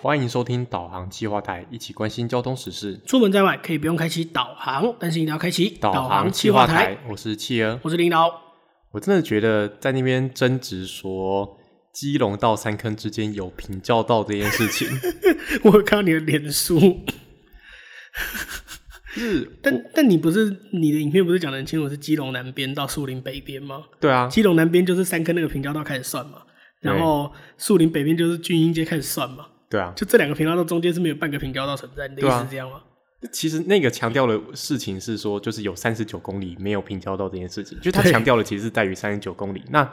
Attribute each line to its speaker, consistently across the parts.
Speaker 1: 欢迎收听导航计划台，一起关心交通时事。
Speaker 2: 出门在外可以不用开启导航，但是一定要开启
Speaker 1: 计
Speaker 2: 企
Speaker 1: 划
Speaker 2: 划
Speaker 1: 台，，我是企鹅。
Speaker 2: 我是领导。
Speaker 1: 我真的觉得在那边争执说基隆到三坑之间有平交道这件事 情，
Speaker 2: 我有看到你的脸书，
Speaker 1: 是
Speaker 2: 但但你不是你的影片不是讲的很清楚是基隆南边到树林北边吗？
Speaker 1: 对啊，
Speaker 2: 基隆南边就是三坑那个平交道开始算嘛，然后树林北边就是军英街开始算嘛，
Speaker 1: 对啊。
Speaker 2: 就这两个平交道中间是没有半个平交道存在，你的
Speaker 1: 对
Speaker 2: 意
Speaker 1: 啊
Speaker 2: 思是这样吗？
Speaker 1: 其实那个强调的事情是说，就是有三十九公里没有平交道这件事情，就是他
Speaker 2: 对
Speaker 1: 强调的其实是在于三十九公里，那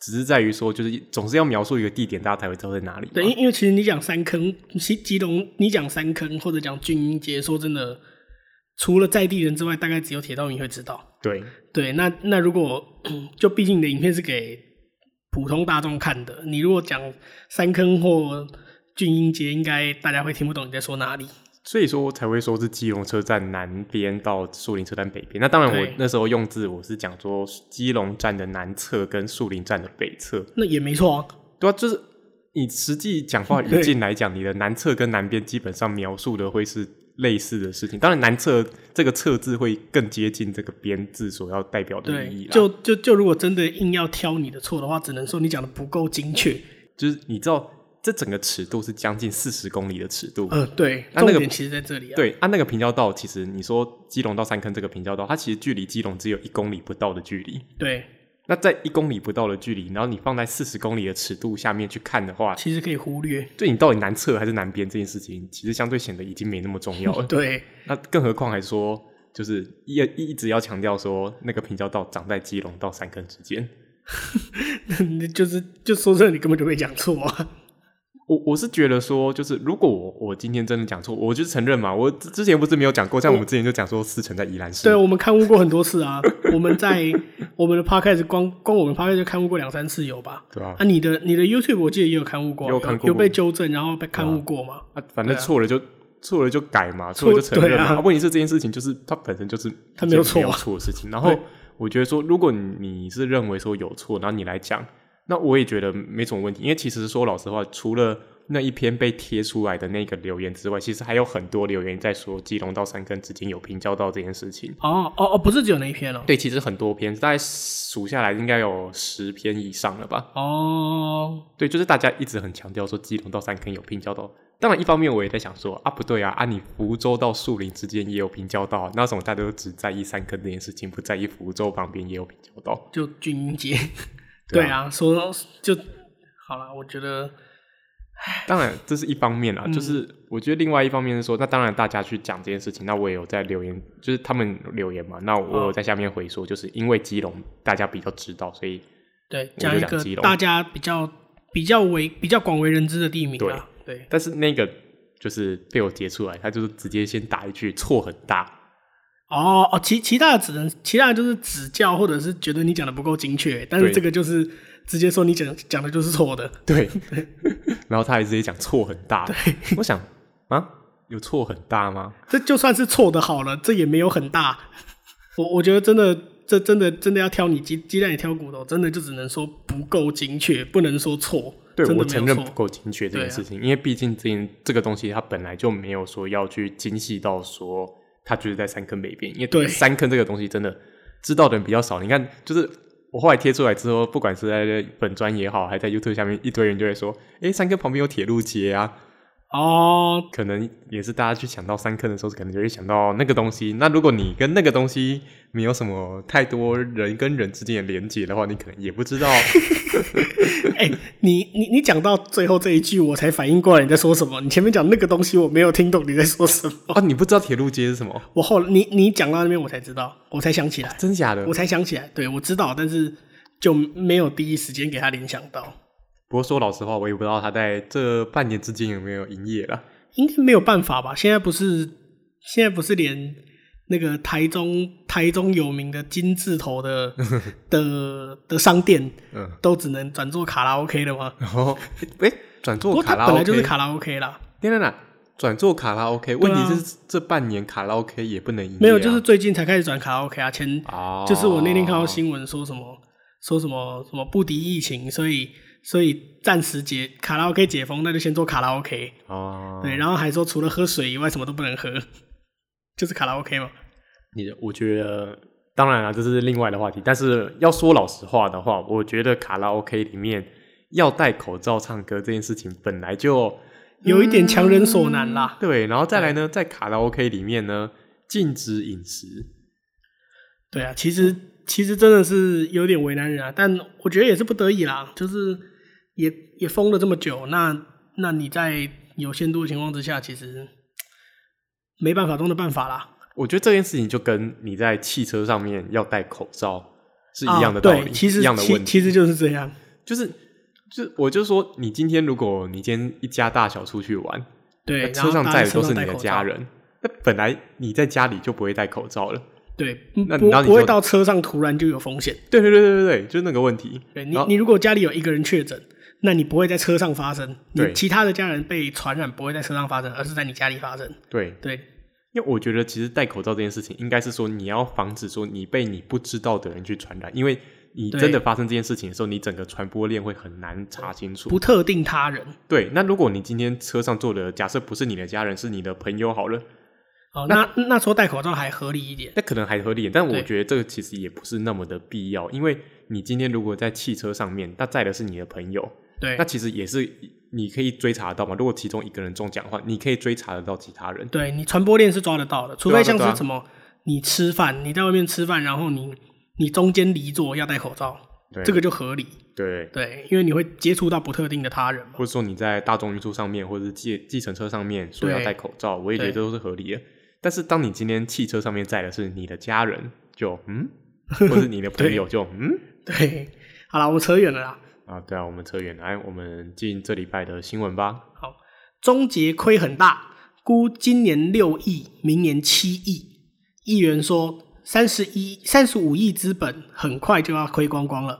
Speaker 1: 只是在于说，就是总是要描述一个地点，大家才会知道在哪里嘛。
Speaker 2: 对，因因为其实你讲三坑，其基隆你讲三坑或者讲军英街，说真的，除了在地人之外，大概只有铁道迷会知道。
Speaker 1: 对
Speaker 2: 对，那那如果就毕竟你的影片是给普通大众看的，你如果讲三坑或俊英街，应该大家会听不懂你在说哪里。
Speaker 1: 所以说我才会说是基隆车站南边到树林车站北边。那当然，我
Speaker 2: 对
Speaker 1: 那时候用字我是讲说基隆站的南侧跟树林站的北侧，
Speaker 2: 那也没错啊，
Speaker 1: 对啊，就是你实际讲话语
Speaker 2: 对
Speaker 1: 境来讲，你的南侧跟南边基本上描述的会是类似的事情。当然，南侧这个“侧”字会更接近这个“边”字所要代表的意
Speaker 2: 对
Speaker 1: 义，啦。
Speaker 2: 就就就如果真的硬要挑你的错的话，只能说你讲的不够精确。
Speaker 1: 就是你知道，这整个尺度是将近四十公里的尺度。
Speaker 2: 呃，对，
Speaker 1: 那那
Speaker 2: 重
Speaker 1: 个
Speaker 2: 点其实在这里啊。
Speaker 1: 对，按、那个平交道，其实你说基隆到三坑这个平交道，它其实距离基隆只有一公里不到的距离。
Speaker 2: 对，
Speaker 1: 那在一公里不到的距离，然后你放在四十公里的尺度下面去看的话，
Speaker 2: 其实可以忽略。。
Speaker 1: 对你到底南侧还是南边这件事情，其实相对显得已经没那么重要了
Speaker 2: 对，
Speaker 1: 那更何况还说，就是一一直要强调说，那个平交道长在基隆到三坑之间。
Speaker 2: 你就是就说这你根本就没讲错啊。
Speaker 1: 我我是觉得说，就是如果我我今天真的讲错，我就承认嘛。我之之前不是没有讲过，像我们之前就讲说思成在宜兰市，
Speaker 2: 对，我们刊物过很多次啊。我们在我们的 podcast 光光我们 podcast 就刊物过两三次有吧？
Speaker 1: 对吧、
Speaker 2: 啊，你的你的 YouTube 我记得也有刊物过啊，
Speaker 1: 也有
Speaker 2: 有
Speaker 1: 刊过
Speaker 2: 有被纠正，然后被刊物过嘛？
Speaker 1: 啊？反正错了就、错了就改嘛，错了就承认嘛。
Speaker 2: 对啊
Speaker 1: 问题是这件事情就是它本身就是
Speaker 2: 它没有
Speaker 1: 错
Speaker 2: 错啊
Speaker 1: 有错的事情。然后
Speaker 2: 对
Speaker 1: 我觉得说，如果你你是认为说有错，然后你来讲，那我也觉得没什么问题。因为其实说老实话，除了那一篇被贴出来的那个留言之外，其实还有很多留言在说基隆到三根之间有平交道这件事情。
Speaker 2: 哦哦哦，不是只有那一篇哦。
Speaker 1: 对，其实很多篇，大概数下来应该有十篇以上了吧。
Speaker 2: 哦，
Speaker 1: 对，就是大家一直很强调说基隆到三坑有平交道。当然，一方面我也在想说啊，不对啊，啊你福州到树林之间也有平交道啊，那为什么大家都只在意三坑这件事情，不在意福州旁边也有平交道？
Speaker 2: 就军英节。
Speaker 1: 对啊
Speaker 2: 对啊，说到就好了，我觉得
Speaker 1: 当然，这是一方面啦，啊就是我觉得另外一方面是说，那当然大家去讲这件事情，那我也有在留言，就是他们留言嘛，那我有在下面回说，就是因为基隆大家比较知道，所以
Speaker 2: 对
Speaker 1: 我就
Speaker 2: 讲一
Speaker 1: 讲
Speaker 2: 个
Speaker 1: 基隆
Speaker 2: 大家比较比较为比较广为人知的地名啊。对，
Speaker 1: 但是那个就是被我截出来，他就是直接先打一句错很大，
Speaker 2: 哦哦，其其他的只能其他的就是指教或者是觉得你讲的不够精确，但
Speaker 1: 对
Speaker 2: 是这个就是直接说你讲讲的就是错的。
Speaker 1: 对， 然后他还直接讲错很大。我想啊，有错很大吗？
Speaker 2: 这就算是错的好了，这也没有很大。我我觉得真的，这真的真的要挑你鸡鸡蛋里挑骨头，真的就只能说不够精确，不能说错。
Speaker 1: 对
Speaker 2: 真
Speaker 1: 我
Speaker 2: 的
Speaker 1: 承
Speaker 2: 没有
Speaker 1: 认不
Speaker 2: 错。
Speaker 1: 够精确这
Speaker 2: 对
Speaker 1: 件
Speaker 2: 啊
Speaker 1: 事情，因为毕竟这件这个东西它本来就没有说要去精细到说它就是在三坑北边，因为
Speaker 2: 对
Speaker 1: 三坑这个东西真的知道的人比较少。你看，就是我后来贴出来之后，不管是在本专也好，还在 YouTube 下面，一堆人就会说：“诶，三坑旁边有铁路街啊。”
Speaker 2: 哦，
Speaker 1: 可能也是大家去想到三坑的时候，可能就会想到那个东西。那如果你跟那个东西没有什么太多人跟人之间的连接的话，你可能也不知道。
Speaker 2: 哎、你你你讲到最后这一句，我才反应过来你在说什么。你前面讲那个东西，我没有听懂你在说什么。
Speaker 1: 哦，你不知道铁路街是什么？
Speaker 2: 我后你你讲到那边，我才知道，我才想起来，
Speaker 1: 真假的
Speaker 2: 我？才想起来。对，我知道，但是就没有第一时间给他联想到，
Speaker 1: 不过说老实话，我也不知道他在这半年之间有没有营业了。
Speaker 2: 应该没有办法吧？现在不是现在不是连那个台中台中有名的金字头 的的的商店
Speaker 1: 嗯，
Speaker 2: 都只能转做卡拉 OK 了吗？
Speaker 1: 然后诶，转
Speaker 2: 不
Speaker 1: 做
Speaker 2: 过
Speaker 1: 卡
Speaker 2: 它
Speaker 1: 拉 OK，
Speaker 2: 本来就是卡拉 OK 啦，
Speaker 1: 天哪哪，转做卡拉 OK。
Speaker 2: 对
Speaker 1: 问
Speaker 2: 啊
Speaker 1: 题是这半年卡拉 OK 也不能营业啊、
Speaker 2: 没有，就是最近才开始转卡拉 OK 啊。前
Speaker 1: 哦，
Speaker 2: 就是我那天看到新闻说什么说什么什么不敌疫情，所以所以暂时解卡拉 OK 解封，那就先做卡拉 OK。
Speaker 1: 哦，
Speaker 2: 对，然后还说除了喝水以外什么都不能喝， 就是卡拉 OK 嘛。
Speaker 1: 你的我觉得，当然了，啊这是另外的话题。但是要说老实话的话，我觉得卡拉 OK 里面要戴口罩唱歌这件事情本来就
Speaker 2: 有一点强人所难啦。
Speaker 1: 对，然后再来呢，在卡拉 OK 里面呢，禁止饮食。
Speaker 2: 对啊，其实其实真的是有点为难人啊，但我觉得也是不得已啦，就是也也封了这么久，那那你在有限度的情况之下，其实没办法中的办法啦。
Speaker 1: 我觉得这件事情就跟你在汽车上面要戴口罩是一样的
Speaker 2: 啊
Speaker 1: 道理，
Speaker 2: 对，其实
Speaker 1: 一样的
Speaker 2: 其
Speaker 1: 问题，
Speaker 2: 其实就是这样。
Speaker 1: 就是。就我就说，你今天如果你今天一家大小出去玩，
Speaker 2: 对，
Speaker 1: 那
Speaker 2: 然
Speaker 1: 车
Speaker 2: 后
Speaker 1: 上
Speaker 2: 大
Speaker 1: 载
Speaker 2: 家
Speaker 1: 的
Speaker 2: 车
Speaker 1: 都是
Speaker 2: 上
Speaker 1: 你
Speaker 2: 戴
Speaker 1: 的
Speaker 2: 口
Speaker 1: 家
Speaker 2: 罩，
Speaker 1: 人，那本来你在家里就不会戴口罩了。
Speaker 2: 对，嗯
Speaker 1: 那
Speaker 2: 不
Speaker 1: 然后你
Speaker 2: 不会
Speaker 1: 就
Speaker 2: 到车上突然就有风险。
Speaker 1: 对对对对对，就是那个问题。
Speaker 2: 对你
Speaker 1: 然，后
Speaker 2: 你如果家里有一个人确诊，那你不会在车上发生，你
Speaker 1: 对
Speaker 2: 其他的家人被传染不会在车上发生，而是在你家里发生。
Speaker 1: 对，
Speaker 2: 对，
Speaker 1: 因为我觉得其实戴口罩这件事情，应该是说你要防止说你被你不知道的人去传染，因为你
Speaker 2: 对
Speaker 1: 真的发生这件事情的时候，你整个传播链会很难查清楚。
Speaker 2: 不特定他人。
Speaker 1: 对，那如果你今天车上坐的，假设不是你的家人，是你的朋友好了，
Speaker 2: 哦，那那说戴口罩还合理一点。
Speaker 1: 那可能还合理，但我
Speaker 2: 对
Speaker 1: 觉得这个其实也不是那么的必要，因为你今天如果在汽车上面，那载的是你的朋友，
Speaker 2: 对
Speaker 1: 那，其实也是你可以追查得到嘛。如果其中一个人中奖的话，你可以追查得到其他人。
Speaker 2: 对你传播链是抓得到的，除非像
Speaker 1: 对啊
Speaker 2: 是什么，你吃饭，你在外面吃饭，然后你你中间离座要戴口罩，
Speaker 1: 对
Speaker 2: 这个就合理。
Speaker 1: 对，
Speaker 2: 对，因为你会接触到不特定的他人嘛。
Speaker 1: 或者说你在大众运输上面，或者是计计程车上面说要
Speaker 2: 对
Speaker 1: 戴口罩，我也觉得
Speaker 2: 对
Speaker 1: 都是合理的。但是当你今天汽车上面载的是你的家人，就 嗯，或者你的朋友就嗯
Speaker 2: 对，好了，我们扯远了啦。
Speaker 1: 啊，对啊，我们扯远了来，我们进这礼拜的新闻吧。
Speaker 2: 好，中捷亏很大，估今年六亿，明年七亿。议员说，三十一、三十五亿资本很快就要亏光光了。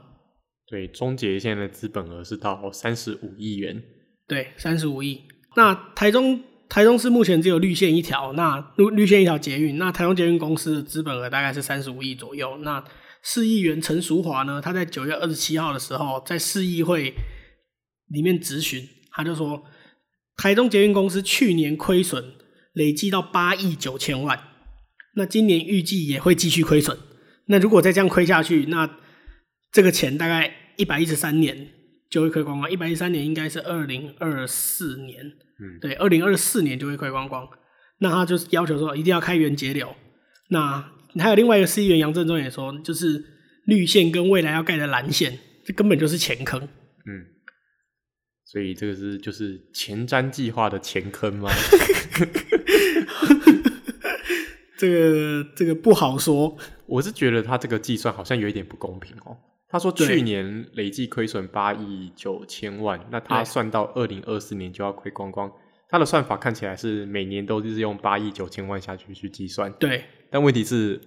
Speaker 1: 对，中捷现在的资本额是到三十五亿元，
Speaker 2: 对，三十五亿。那台中台中市目前只有绿线一条，那绿绿线一条捷运，那台中捷运公司的资本额大概是三十五亿左右。那市议员陈淑华呢，他在九月二十七号的时候，在市议会里面质询，他就说，台中捷运公司去年亏损累计到八亿九千万，那今年预计也会继续亏损。那如果再这样亏下去，那这个钱大概一百一十三年就会亏光光。一百一十三年应该是二零二四年，
Speaker 1: 嗯
Speaker 2: 对，二零二四年就会亏光光。那他就是要求说一定要开源节流。那还有另外一个市议员杨振中也说，就是绿线跟未来要盖的蓝线，这根本就是钱坑。
Speaker 1: 嗯，所以这个是就是前瞻计划的前坑吗？
Speaker 2: 这个这个不好说，
Speaker 1: 我是觉得他这个计算好像有一点不公平哦。他说
Speaker 2: 对
Speaker 1: 去年累计亏损八亿九千万，那他
Speaker 2: 对
Speaker 1: 算到二零二四年就要亏光光。他的算法看起来是每年都是用八亿九千万下去去计算，
Speaker 2: 对
Speaker 1: 但问题是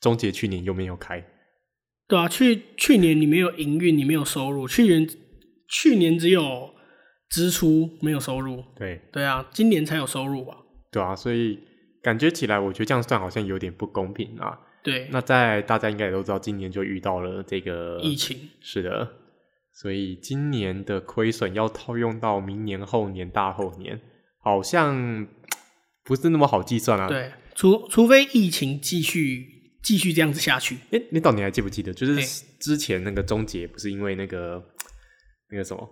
Speaker 1: 中捷去年又没有开，
Speaker 2: 对啊，去去年你没有营运，你没有收入，去年去年只有支出没有收入，
Speaker 1: 对
Speaker 2: 对啊，今年才有收入吧？
Speaker 1: 对啊，所以感觉起来我觉得这样算好像有点不公平啊。
Speaker 2: 对，
Speaker 1: 那呃在大家应该也都知道，今年就遇到了这个
Speaker 2: 疫，情，
Speaker 1: 是的，所以今年的亏损要套用到明年、后年、大后年，好像不是那么好计算啊。，
Speaker 2: 对，除除非疫情继续继续这样子下去，
Speaker 1: 哎、你到底还记不记得？就
Speaker 2: 嘿
Speaker 1: 是之前那个终结不是因为那个那个什么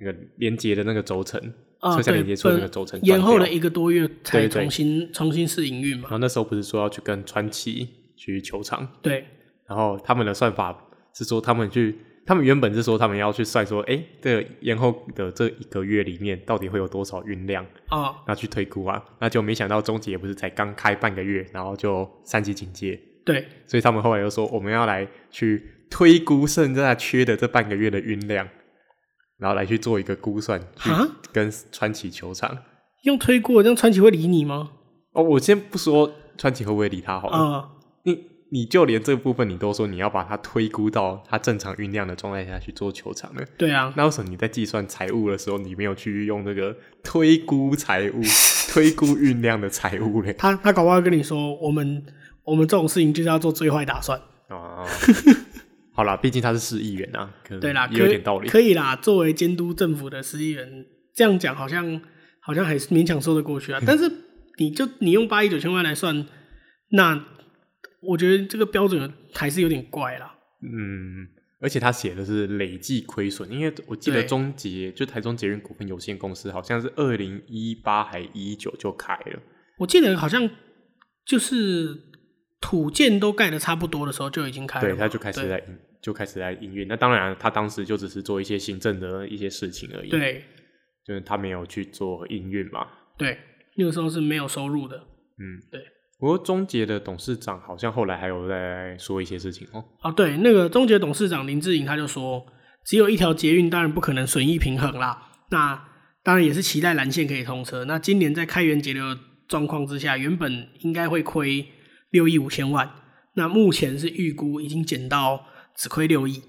Speaker 1: 那个连接的那个轴承，
Speaker 2: 啊，
Speaker 1: 车厢
Speaker 2: 对，
Speaker 1: 连接处的那
Speaker 2: 本
Speaker 1: 个轴承
Speaker 2: 延后了
Speaker 1: 断掉
Speaker 2: 一个多月才
Speaker 1: 对对啊
Speaker 2: 重新重新试营运
Speaker 1: 然
Speaker 2: 嘛？
Speaker 1: 后那时候不是说要去跟川崎去球场，
Speaker 2: 对
Speaker 1: 然后他们的算法是说他们去，他们原本是说他们要去算说，哎，这个延后的这一个月里面到底会有多少运量，
Speaker 2: 啊，
Speaker 1: 那去推估啊，那就没想到中捷不是才刚开半个月，然后就三级警戒，
Speaker 2: 对
Speaker 1: 所以他们后来又说我们要来去推估剩下缺的这半个月的运量，然后来去做一个估算，去
Speaker 2: 啊，
Speaker 1: 跟川崎球场。
Speaker 2: 用推过，这样川崎会理你吗？
Speaker 1: 哦，我先不说川崎会不会理他好了，
Speaker 2: 啊，
Speaker 1: 你你就连这个部分你都说你要把它推估到它正常运量的状态下去做球场了，
Speaker 2: 对啊，
Speaker 1: 那为什么你在计算财务的时候，你没有去用这个推估财 务、推估运量的财务嘞？
Speaker 2: 他他搞不好会跟你说，我们我们这种事情就是要做最坏打算。
Speaker 1: 哦，好啦，毕竟他是市议员啊，可能
Speaker 2: 对啦，
Speaker 1: 也有
Speaker 2: 可
Speaker 1: 点道理。
Speaker 2: 可以啦。作为监督政府的市议员，这样讲好像好像还是勉强说得过 去啊。但是你就你用八亿九千万来算，那我觉得这个标准还是有点怪啦。
Speaker 1: 嗯，而且他写的是累计亏损，因为我记得
Speaker 2: 对
Speaker 1: 中捷就台中捷运股份有限公司好像是二零一八还一九就开了，
Speaker 2: 我记得好像就是土建都盖的差不多的时候就已经开了嘛，
Speaker 1: 对，他就开始
Speaker 2: 对
Speaker 1: 在营就开始在营运。那当然，啊他当时就只是做一些行政的一些事情而已，，
Speaker 2: 对
Speaker 1: 就是他没有去做营运嘛。
Speaker 2: 对，那个时候是没有收入的。
Speaker 1: 嗯，
Speaker 2: 对。
Speaker 1: 不过中捷的董事长好像后来还有在说一些事情哦，
Speaker 2: 啊，对，那个中捷董事长林志颖他就说，只有一条捷运，当然不可能损益平衡啦。那当然也是期待蓝线可以通车。那今年在开源节流的状况之下，原本应该会亏六亿五千万，那目前是预估已经减到只亏六亿。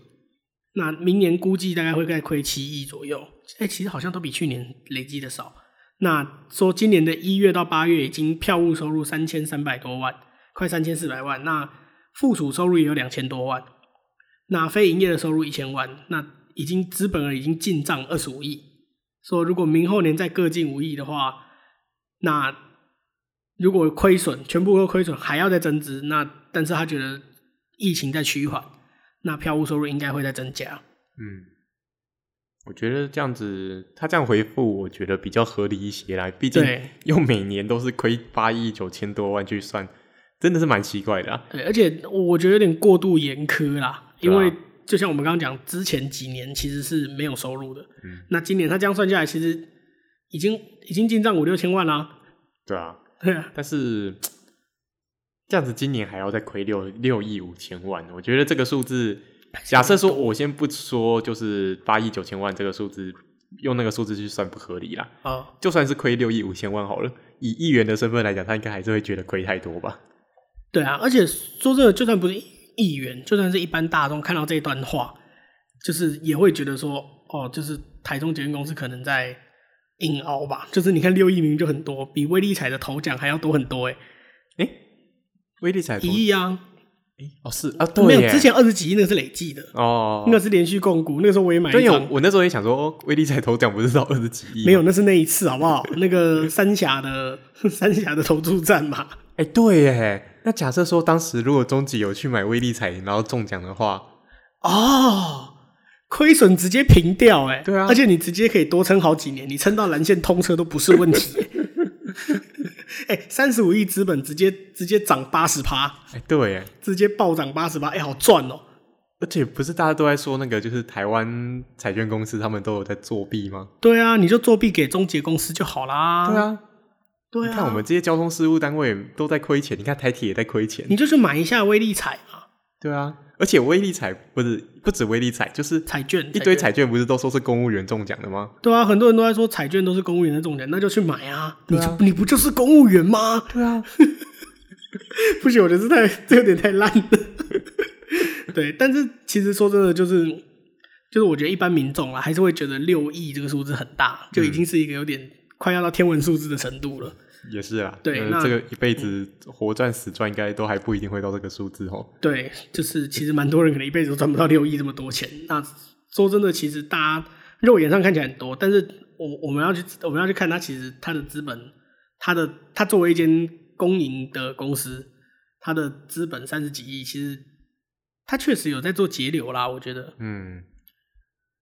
Speaker 2: 那明年估计大概会再亏七亿左右。哎、其实好像都比去年累积的少。那说今年的一月到八月已经票务收入三千三百多万，快三千四百万。那附属收入也有两千多万，那非营业的收入一千万，那已经资本额已经进账二十五亿。说如果明后年再各进五亿的话，那如果亏损全部都亏损，还要再增资，那但是他觉得疫情在趋缓，那票务收入应该会再增加。
Speaker 1: 嗯，我觉得这样子他这样回复，我觉得比较合理一些啦，毕竟
Speaker 2: 对
Speaker 1: 用每年都是亏八亿九千多万去算，真的是蛮奇怪的、啊。
Speaker 2: 对，而且我我觉得有点过度严苛啦，因为
Speaker 1: 对啊
Speaker 2: 就像我们刚刚讲，之前几年其实是没有收入的，
Speaker 1: 嗯
Speaker 2: 那今年他这样算下来，其实已经已经进账五六千万 啦。
Speaker 1: 对啊，
Speaker 2: 对啊，
Speaker 1: 但是这样子今年还要再亏六六亿五千万，我觉得这个数字，假设说我先不说，就是八亿九千万这个数字，用那个数字去算不合理啦。
Speaker 2: 哦，
Speaker 1: 就算是亏六亿五千万好了，以议员的身份来讲，他应该还是会觉得亏太多吧？
Speaker 2: 对啊，而且说真的，就算不是议员，就算是一般大众看到这一段话，就是也会觉得说，哦，就是台中捷运公司可能在硬凹吧。就是你看六亿明明就很多，比威力彩的头奖还要多很多、欸，
Speaker 1: 威力彩多
Speaker 2: 一亿啊，
Speaker 1: 哦是啊，
Speaker 2: 没
Speaker 1: 对
Speaker 2: 有
Speaker 1: 耶，
Speaker 2: 之前二十几亿那个是累计的，
Speaker 1: 哦，
Speaker 2: 那个是连续共股，那个时候我也买
Speaker 1: 对
Speaker 2: 一
Speaker 1: 有
Speaker 2: 张，
Speaker 1: 我那时候也想说，哦，威力彩头奖不是到二十几亿吗？
Speaker 2: 没有，那是那一次好不 好？那个三峡的 三峡的投注站嘛，
Speaker 1: 哎、对耶。那假设说当时如果中级有去买威力彩，然后中奖的话，
Speaker 2: 哦，亏损直接平掉哎、
Speaker 1: 对啊
Speaker 2: 而且你直接可以多撑好几年，你撑到蓝线通车都不是 问题、 哎、三十五亿资本直接直接涨八十趴，
Speaker 1: 哎、对耶，
Speaker 2: 直接暴涨八十趴，哎，好赚哦！
Speaker 1: 而且不是大家都在说那个，就是台湾彩券公司他们都有在作弊吗？
Speaker 2: 对啊，你就作弊给中介公司就好啦。
Speaker 1: 对，啊，
Speaker 2: 对
Speaker 1: 你
Speaker 2: 啊，
Speaker 1: 看我们这些交通事务单位都在亏钱，你看台铁也在亏钱，
Speaker 2: 你就去买一下威力彩嘛，
Speaker 1: 对啊，而且威力彩不是不止威力彩，就是
Speaker 2: 彩券
Speaker 1: 一堆，彩券不是都说是公务员中奖的吗？
Speaker 2: 对啊，很多人都在说彩券都是公务员的重点，那就去买啊！你
Speaker 1: 对啊
Speaker 2: 就你不就是公务员吗？
Speaker 1: 对啊，
Speaker 2: 不行，我觉得这太 这有点太烂了。对，但是其实说真的，就是就是我觉得一般民众啊，还是会觉得六亿这个数字很大，就已经是一个有点快要到天文数字的程度了。
Speaker 1: 也是啊。
Speaker 2: 对
Speaker 1: 呃
Speaker 2: 那
Speaker 1: 这个一辈子活赚死赚，应该都还不一定会到这个数字哦。
Speaker 2: 对，就是其实蛮多人可能一辈子都赚不到六亿这么多钱。那说真的，其实大家肉眼上看起来很多，但是我我们要去我们要去看它，其实它的资本，它的它作为一间公营的公司，它的资本三十几亿，其实它确实有在做节流啦，我觉得。
Speaker 1: 嗯，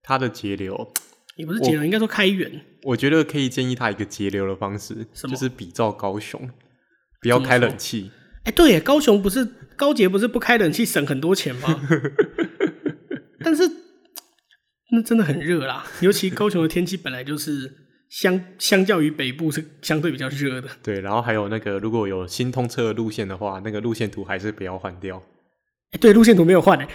Speaker 1: 他的节流，
Speaker 2: 也不是节流，应该说开源。
Speaker 1: 我觉得可以建议他一个节流的方式，
Speaker 2: 什么
Speaker 1: 就是比照高雄，不要
Speaker 2: 怎么
Speaker 1: 开
Speaker 2: 说
Speaker 1: 冷气。
Speaker 2: 哎、对耶，高雄不是高捷不是不开冷气省很多钱吗？但是那真的很热啦，尤其高雄的天气本来就是相相较于北部是相对比较热的。
Speaker 1: 对，然后还有那个，如果有新通车的路线的话，那个路线图还是不要换掉。
Speaker 2: 哎、对，路线图没有换哎，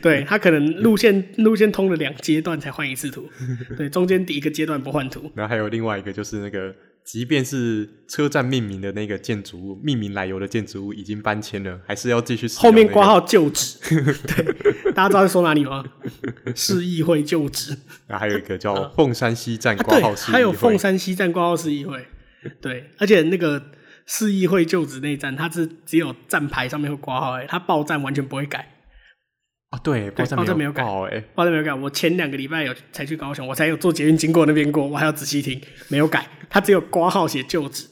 Speaker 2: 对他可能路线路线通了两阶段才换一次图，对，中间第一个阶段不换图。
Speaker 1: 然后还有另外一个就是那个，即便是车站命名的那个建筑物，命名来由的建筑物已经搬迁了，还是要继续使
Speaker 2: 后面
Speaker 1: 用那个
Speaker 2: 挂号旧址，对，大家知道在说哪里吗？市议会旧址。
Speaker 1: 然后还有一个叫凤山西站
Speaker 2: 啊，
Speaker 1: 挂
Speaker 2: 对
Speaker 1: 号，市议会、
Speaker 2: 还有凤山西站挂号市议会，对，而且那个市哎议会旧址那一站，它是只有站牌上面会挂号、欸，它报站完全不会改。
Speaker 1: 哦，对，
Speaker 2: 对
Speaker 1: 站
Speaker 2: 报站
Speaker 1: 没
Speaker 2: 没有改
Speaker 1: 报哎，
Speaker 2: 我都没有改，我前两个礼拜有才去高雄，我才有坐捷运经过那边过，我还要仔细听，没有改，他只有挂号写旧址，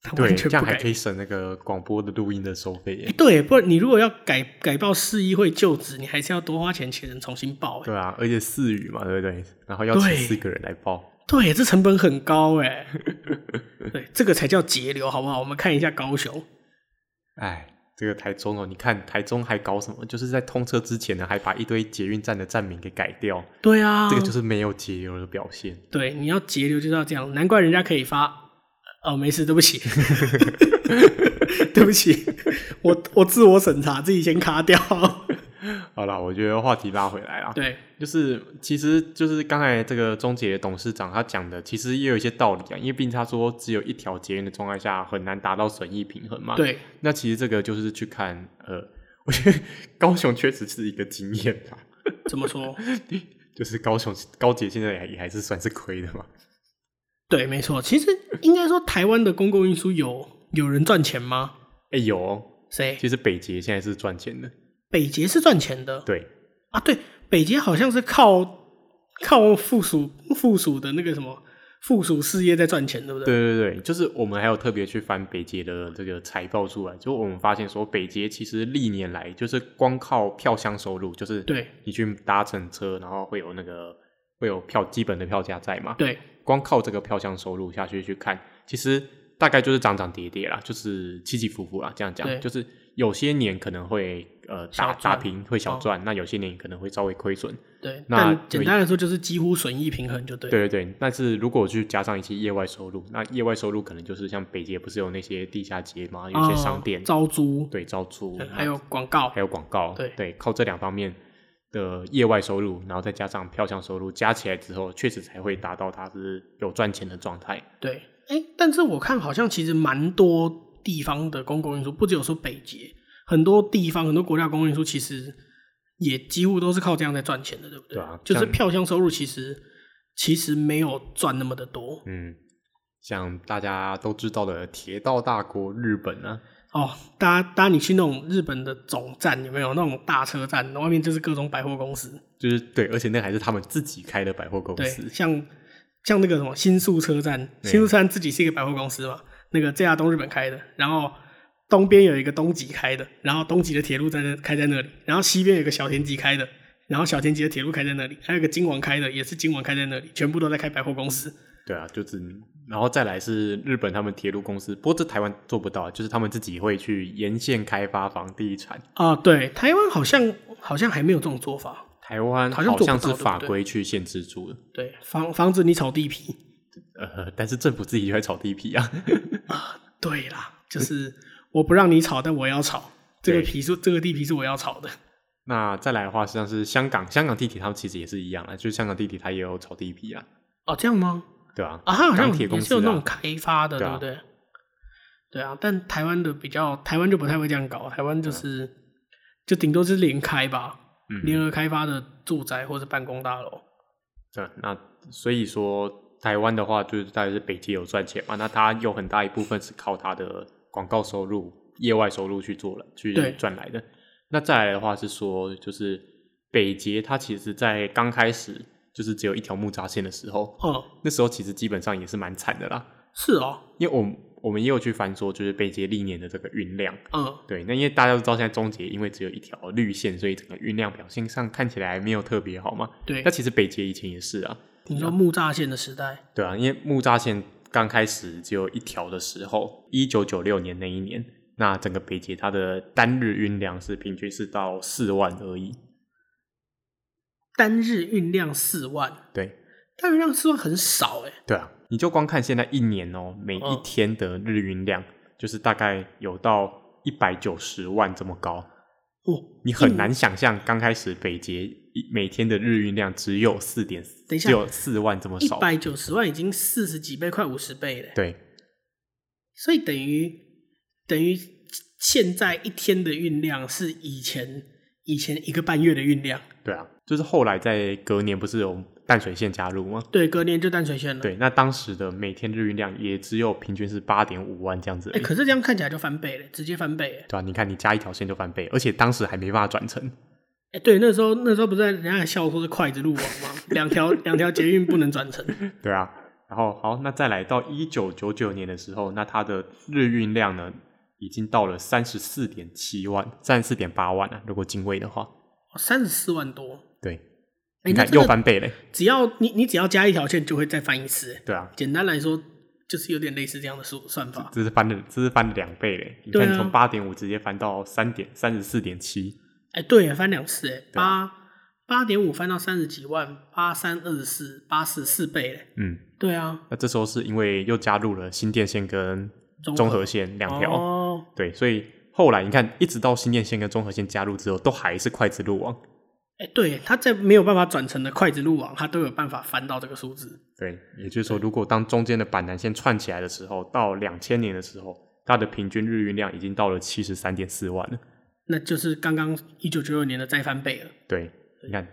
Speaker 2: 他
Speaker 1: 对，
Speaker 2: 完全
Speaker 1: 这样
Speaker 2: 不改
Speaker 1: 还。可以省那个广播的录音的收费哎
Speaker 2: 诶
Speaker 1: 耶。
Speaker 2: 对，不然你如果要改改报市议会旧址，你还是要多花钱请人重新报、哎诶
Speaker 1: 对啊，而且四语嘛，对不对？然后要请
Speaker 2: 对
Speaker 1: 四个人来报，
Speaker 2: 对，这成本很高哎、对，这个才叫节流，好不好？我们看一下高雄，
Speaker 1: 哎，这个台中哦，你看台中还搞什么？就是在通车之前呢，还把一堆捷运站的站名给改掉，
Speaker 2: 对啊，
Speaker 1: 这个就是没有节流的表现。
Speaker 2: 对，你要节流就是要这样，难怪人家可以发。哦，没事，对不起，对不起，我我自我审查，自己先卡掉。
Speaker 1: 好啦，我觉得话题拉回来啦，
Speaker 2: 对，
Speaker 1: 就是其实就是刚才这个中捷董事长他讲的，其实也有一些道理啊，因为毕竟他说只有一条捷运的状态下很难达到损益平衡嘛。，
Speaker 2: 对，
Speaker 1: 那其实这个就是去看呃， 我觉得高雄确实是一个经验啊，
Speaker 2: 怎么说？
Speaker 1: 就是高雄高捷现在也也还是算是亏的嘛。
Speaker 2: 对，没错。其实应该说，台湾的公共运输有有人赚钱吗？
Speaker 1: 哎、有、哦，
Speaker 2: 谁？
Speaker 1: 其实北捷现在是赚钱的，
Speaker 2: 北捷是赚钱的
Speaker 1: 对。
Speaker 2: 啊。对，北捷好像是靠靠附属附属的那个什么附属事业在赚钱，对不对？
Speaker 1: 对对对，就是我们还有特别去翻北捷的这个财报出来，就我们发现说北捷其实历年来就是光靠票箱收入，就是
Speaker 2: 对
Speaker 1: 你去搭乘车，然后会有那个会有票基本的票价在嘛，
Speaker 2: 对
Speaker 1: 光靠这个票箱收入下去去看，其实大概就是涨涨跌跌啦，就是起起伏伏啦。这样
Speaker 2: 对
Speaker 1: 讲，就是有些年可能会呃打
Speaker 2: 小
Speaker 1: 打
Speaker 2: 赚
Speaker 1: 平会小
Speaker 2: 哦
Speaker 1: 赚，那有些年可能会稍微亏损，
Speaker 2: 对。
Speaker 1: 那
Speaker 2: 但
Speaker 1: 就
Speaker 2: 简单来说，就是几乎损益平衡就对。
Speaker 1: 对对对，但是如果去加上一些业外收入，那业外收入可能就是像北捷不是有那些地下街嘛，有一些商店、
Speaker 2: 哦招租，
Speaker 1: 对招租，
Speaker 2: 对
Speaker 1: 那
Speaker 2: 还有广告
Speaker 1: 还，有广告，
Speaker 2: 对
Speaker 1: 靠这两方面的业外收入，然后再加上票箱收入，加起来之后，确实才会达到它是有赚钱的状态。
Speaker 2: 对。哎，但是我看好像其实蛮多地方的公共运输，不只有说北捷，很多地方很多国家公共运输其实也几乎都是靠这样在赚钱的，对不对？
Speaker 1: 对啊
Speaker 2: 就是
Speaker 1: 像
Speaker 2: 票箱收入其实其实没有赚那么的多
Speaker 1: 嗯，像大家都知道的铁道大国日本啊，
Speaker 2: 哦。大家，大家你去那种日本的总站有没有那种大车站，外面就是各种百货公司，
Speaker 1: 就是对，而且那还是他们自己开的百货公
Speaker 2: 对，
Speaker 1: 司，
Speaker 2: 像像那个什么新宿车站，新宿车站自己是一个百货公司嘛，那个 JR 东日本开的，然后东边有一个东极开的，然后东极的铁路在那开在那里，然后西边有一个小田急开的，然后小田急的铁路开在那里，还有一个金王开的，也是金王开在那里，全部都在开百货公司。
Speaker 1: 对啊，就是，然后再来是日本他们铁路公司，不过这台湾做不到，就是他们自己会去沿线开发房地产。
Speaker 2: 啊、对，台湾好像好像还没有这种做法。
Speaker 1: 台湾
Speaker 2: 好像做不到
Speaker 1: 是法
Speaker 2: 对不对
Speaker 1: 规去限制住了，
Speaker 2: 对，防防止你炒地皮。
Speaker 1: 呃，但是政府自己就在炒地皮啊。
Speaker 2: 对啦，就是我不让你炒，但我要炒。这个
Speaker 1: 对
Speaker 2: 皮是这个地皮是我要炒的。
Speaker 1: 那再来的话，实际上是香港，香港地铁他们其实也是一样啊，就是香港地铁它也有炒地皮啊，
Speaker 2: 哦，这样吗？
Speaker 1: 对啊，
Speaker 2: 啊，它好像
Speaker 1: 钢铁公
Speaker 2: 也
Speaker 1: 司啊
Speaker 2: 是有那种开发的，
Speaker 1: 对
Speaker 2: 对
Speaker 1: 啊
Speaker 2: 不对？对啊，但台湾的比较，台湾就不太会这样搞，台湾就是、就顶多是联开吧，
Speaker 1: 嗯
Speaker 2: 联合开发的住宅或是办公大楼。
Speaker 1: 对，那所以说台湾的话，就是大概是北捷有赚钱嘛，那它有很大一部分是靠它的广告收入、业外收入去做了，去
Speaker 2: 对
Speaker 1: 赚来的。那再来的话是说，就是北捷它其实在刚开始就是只有一条木栅线的时候，
Speaker 2: 哦，
Speaker 1: 那时候其实基本上也是蛮惨的啦，
Speaker 2: 是哦，
Speaker 1: 因为我们我们也有去翻说，就是北捷历年的这个运量。
Speaker 2: 嗯，
Speaker 1: 对，那因为大家都知道，现在中捷因为只有一条绿线，所以整个运量表现上看起来没有特别好嘛。
Speaker 2: 对
Speaker 1: 那。其实北捷以前也是啊，
Speaker 2: 你说木栅线的时代，
Speaker 1: 对啊，因为木栅线刚开始只有一条的时候，一九九六年那一年，那整个北捷它的单日运量是平均是到四万而已。
Speaker 2: 单日运量四万，
Speaker 1: 对
Speaker 2: 单日量四万很少哎、
Speaker 1: 对啊，你就光看现在一年哦、每一
Speaker 2: 嗯
Speaker 1: 天的日运量就是大概有到一百九十万这么高，
Speaker 2: 哦，
Speaker 1: 你很难想象刚开始北捷一每天的日运量只有四点，
Speaker 2: 等一下
Speaker 1: 只有四万这么
Speaker 2: 一
Speaker 1: 少。
Speaker 2: 百九十万已经四十几倍，快五十倍嘞。
Speaker 1: 对
Speaker 2: 所以等于等于现在一天的运量是以前以前一个半月的运量，
Speaker 1: 对啊，就是后来在隔年不是有淡水线加入吗？
Speaker 2: 对，隔年就淡水线了。，
Speaker 1: 对，那当时的每天日运量也只有平均是八点五万这样子而
Speaker 2: 哎、
Speaker 1: 已，
Speaker 2: 可是这样看起来就翻倍了，直接翻倍了。
Speaker 1: 对啊，你看你加一条线就翻倍，而且当时还没办法转乘，
Speaker 2: 哎、对，那时候那时候不是在人家还笑说是筷子路网吗？两条 两条捷运不能转乘。
Speaker 1: 对啊，然后好，那再来到一九九九年的时候，那它的日运量呢，已经到了三十四点七万，三十四点八万啊，如果进位的话，
Speaker 2: 三十四万多，
Speaker 1: 对，你
Speaker 2: 哎
Speaker 1: 看
Speaker 2: 那这
Speaker 1: 又
Speaker 2: 个
Speaker 1: 翻倍嘞，
Speaker 2: 只要你你只要加一条线就会再翻一次。哎
Speaker 1: 对啊，
Speaker 2: 简单来说，就是有点类似这样的数算法。
Speaker 1: 这是翻了，这是翻了两倍嘞，你
Speaker 2: 对啊
Speaker 1: 看从八点五直接翻到三点三十四点七，
Speaker 2: 哎、对耶，翻两次，哎，
Speaker 1: 对啊
Speaker 2: 八八点五翻到三十几万，八三二十四，八四四倍嘞。
Speaker 1: 嗯，
Speaker 2: 对啊，
Speaker 1: 那这时候是因为又加入了新店线跟
Speaker 2: 综合
Speaker 1: 中和线两条，
Speaker 2: 哦，
Speaker 1: 对，所以后来你看，一直到新店线跟中和线加入之后，都还是筷子路网。
Speaker 2: 哎、对，它在没有办法转成的筷子路网，它都有办法翻到这个数字。
Speaker 1: 对，也就是说，如果当中间的板南线串起来的时候，到两千年的时候，它的平均日运量已经到了七十三点四万了。
Speaker 2: 那就是刚刚一九九九年的再翻倍了。
Speaker 1: 对，你看，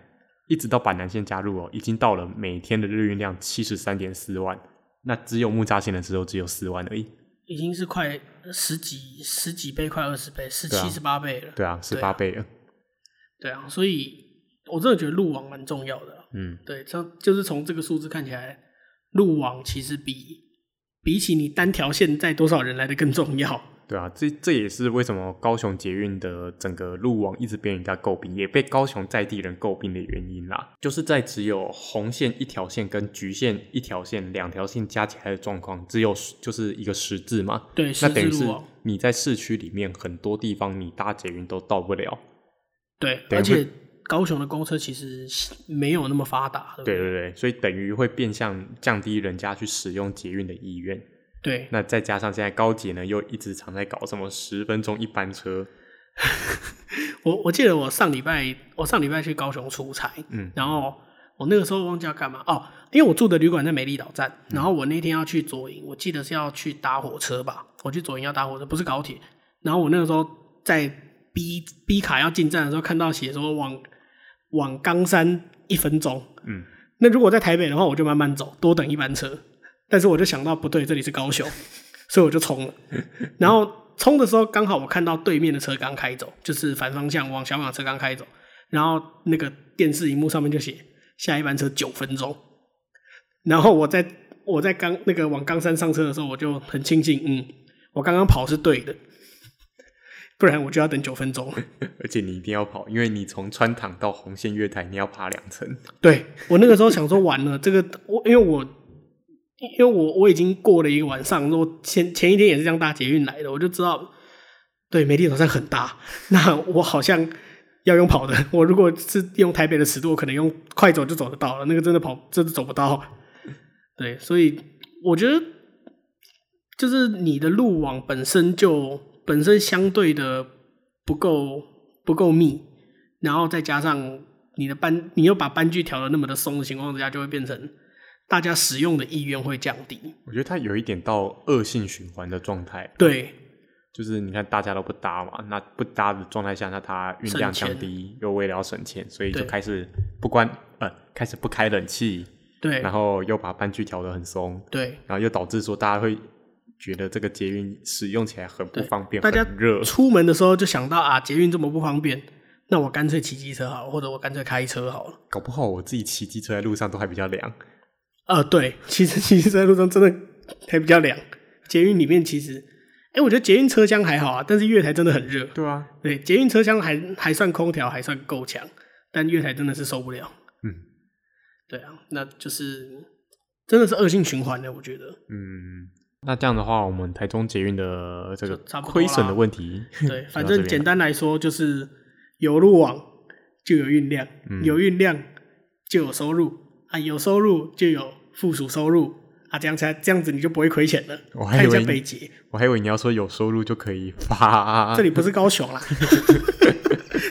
Speaker 1: 一直到板南线加入哦，已经到了每天的日运量七十三点四万。那只有木栅线的时候只有四万而已。
Speaker 2: 已经是快十几十几倍，快二十倍，十
Speaker 1: 对啊
Speaker 2: 七十八倍了。
Speaker 1: 对啊，十
Speaker 2: 对
Speaker 1: 八
Speaker 2: 啊
Speaker 1: 倍了。
Speaker 2: 对啊，所以我真的觉得路网蛮重要的啊。
Speaker 1: 嗯，
Speaker 2: 对，这就是从这个数字看起来，路网其实比比起你单条线载多少人来的更重要。
Speaker 1: 对啊，这这也是为什么高雄捷运的整个路网一直被人家诟病，也被高雄在地人诟病的原因啦，就是在只有红线一条线跟橘线一条线两条线加起来的状况，只有就是一个十字嘛，
Speaker 2: 对，十
Speaker 1: 那等
Speaker 2: 字
Speaker 1: 于
Speaker 2: 路
Speaker 1: 是
Speaker 2: 网。
Speaker 1: 你在市区里面很多地方你搭捷运都到不了。
Speaker 2: 对，
Speaker 1: 等于
Speaker 2: 而且高雄的公车其实没有那么发达。对不
Speaker 1: 对对对，所以等于会变相降低人家去使用捷运的意愿。
Speaker 2: 对，对
Speaker 1: 那再加上现在高铁呢又一直常在搞什么十分钟一班车，
Speaker 2: 我我记得我上礼拜我上礼拜去高雄出差，
Speaker 1: 嗯
Speaker 2: 然后我那个时候忘记要干嘛哦，因为我住的旅馆在美丽岛站，
Speaker 1: 嗯
Speaker 2: 然后我那天要去左营，我记得是要去搭火车吧，我去左营要搭火车，不是高铁。然后我那个时候在 B B 卡要进站的时候，看到写说往往冈山一分钟，
Speaker 1: 嗯，
Speaker 2: 那如果在台北的话，我就慢慢走，多等一班车。但是我就想到不对，这里是高雄，所以我就冲了。然后冲的时候，刚好我看到对面的车刚开走，就是反方向往小港车刚开走，然后那个电视荧幕上面就写下一班车九分钟。然后我在我在刚那个往冈山上车的时候，我就很庆幸，嗯，我刚刚跑是对的，不然我就要等九分钟了。
Speaker 1: 而且你一定要跑，因为你从穿堂到红线月台，你要爬两层。
Speaker 2: 对我那个时候想说完了，这个我因为我因为我我已经过了一个晚上，我前前一天也是这样搭捷运来的，我就知道对美丽岛上很大，那我好像要用跑的，我如果是用台北的尺度，我可能用快走就走得到了，那个真的跑真的走不到。对，所以我觉得就是你的路网本身就本身相对的不够不够密，然后再加上你的班，你又把班距调的那么的松的情况之下，就会变成大家使用的意愿会降低。
Speaker 1: 我觉得它有一点到恶性循环的状态，
Speaker 2: 对
Speaker 1: 就是你看大家都不搭嘛，那不搭的状态下，那它运量降低，又为了要省钱，所以就
Speaker 2: 对
Speaker 1: 开始不关呃，开始不开冷气，
Speaker 2: 对
Speaker 1: 然后又把班距调得很松，
Speaker 2: 对，
Speaker 1: 然后又导致说大家会觉得这个捷运使用起来很不
Speaker 2: 对
Speaker 1: 方便，
Speaker 2: 大家
Speaker 1: 很热，
Speaker 2: 出门的时候就想到啊，捷运这么不方便，那我干脆骑机车好了，或者我干脆开车好了。
Speaker 1: 搞不好我自己骑机车在路上都还比较凉。
Speaker 2: 呃，对，其实其实在路上真的还比较凉。捷运里面其实，哎，我觉得捷运车厢还好啊，但是月台真的很热。
Speaker 1: 对啊，
Speaker 2: 对，捷运车厢还还算空调还算够强，但月台真的是受不了。
Speaker 1: 嗯，
Speaker 2: 对啊，那就是真的是恶性循环的，我觉得。
Speaker 1: 嗯，那这样的话，我们台中捷运的这个
Speaker 2: 就差不多
Speaker 1: 亏损
Speaker 2: 啦
Speaker 1: 的问题，
Speaker 2: 对，
Speaker 1: 就
Speaker 2: 反
Speaker 1: 嗯到这
Speaker 2: 正
Speaker 1: 边
Speaker 2: 简
Speaker 1: 了
Speaker 2: 单来说就是有路网就有运量，
Speaker 1: 嗯
Speaker 2: 有运量就有收入啊，有收入就有附属收入啊，这样才这样子你就不会亏钱了
Speaker 1: 我。还
Speaker 2: 看一
Speaker 1: 以
Speaker 2: 下
Speaker 1: 为
Speaker 2: 北捷，
Speaker 1: 我还以为你要说有收入就可以发，
Speaker 2: 这里不是高雄 啦。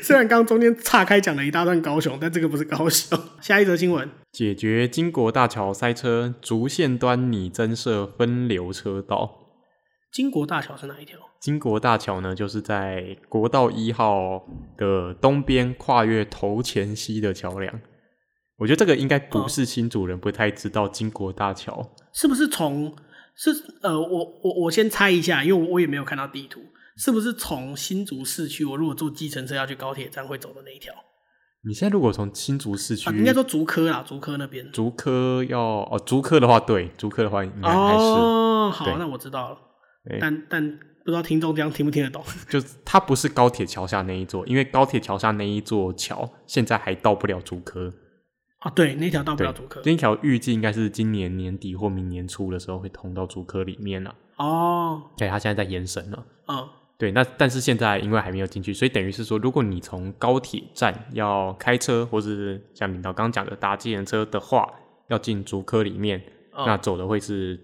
Speaker 2: 虽然刚刚中间岔开讲了一大段高雄，但这个不是高雄。下一则新闻，
Speaker 1: 解决经国大桥塞车，竹线端拟增设分流车道。
Speaker 2: 金国大桥是哪一条？
Speaker 1: 经国大桥呢，就是在国道一号的东边跨越头前溪的桥梁。我觉得这个应该
Speaker 2: 嗯
Speaker 1: 不是新主人不太知道经国大桥，
Speaker 2: 是不是从是呃，我我我先猜一下，因为我我也没有看到地图，是不是从新竹市区，我如果坐计程车要去高铁站会走的那一条？
Speaker 1: 你现在如果从新竹市区
Speaker 2: 啊，，应该说竹科啦，竹科那边。
Speaker 1: 竹科要哦，竹科的话，对，竹科的话应该还是、
Speaker 2: 哦，好
Speaker 1: 对，
Speaker 2: 那我知道了
Speaker 1: 对。
Speaker 2: 但但不知道听众这样听不听得懂？
Speaker 1: 就是它不是高铁桥下那一座，因为高铁桥下那一座桥现在还到不了竹科，
Speaker 2: 啊，对，那条到不
Speaker 1: 对
Speaker 2: 了竹科。
Speaker 1: 那一条预计应该是今年年底或明年初的时候会通到竹科里面了、
Speaker 2: 哦，
Speaker 1: 对，它现在在延伸了。
Speaker 2: 嗯，
Speaker 1: 对，那但是现在因为还没有进去，所以等于是说，如果你从高铁站要开车，或是像领导刚刚讲的搭计程车的话，要进竹科里面，
Speaker 2: 哦
Speaker 1: 那走的会是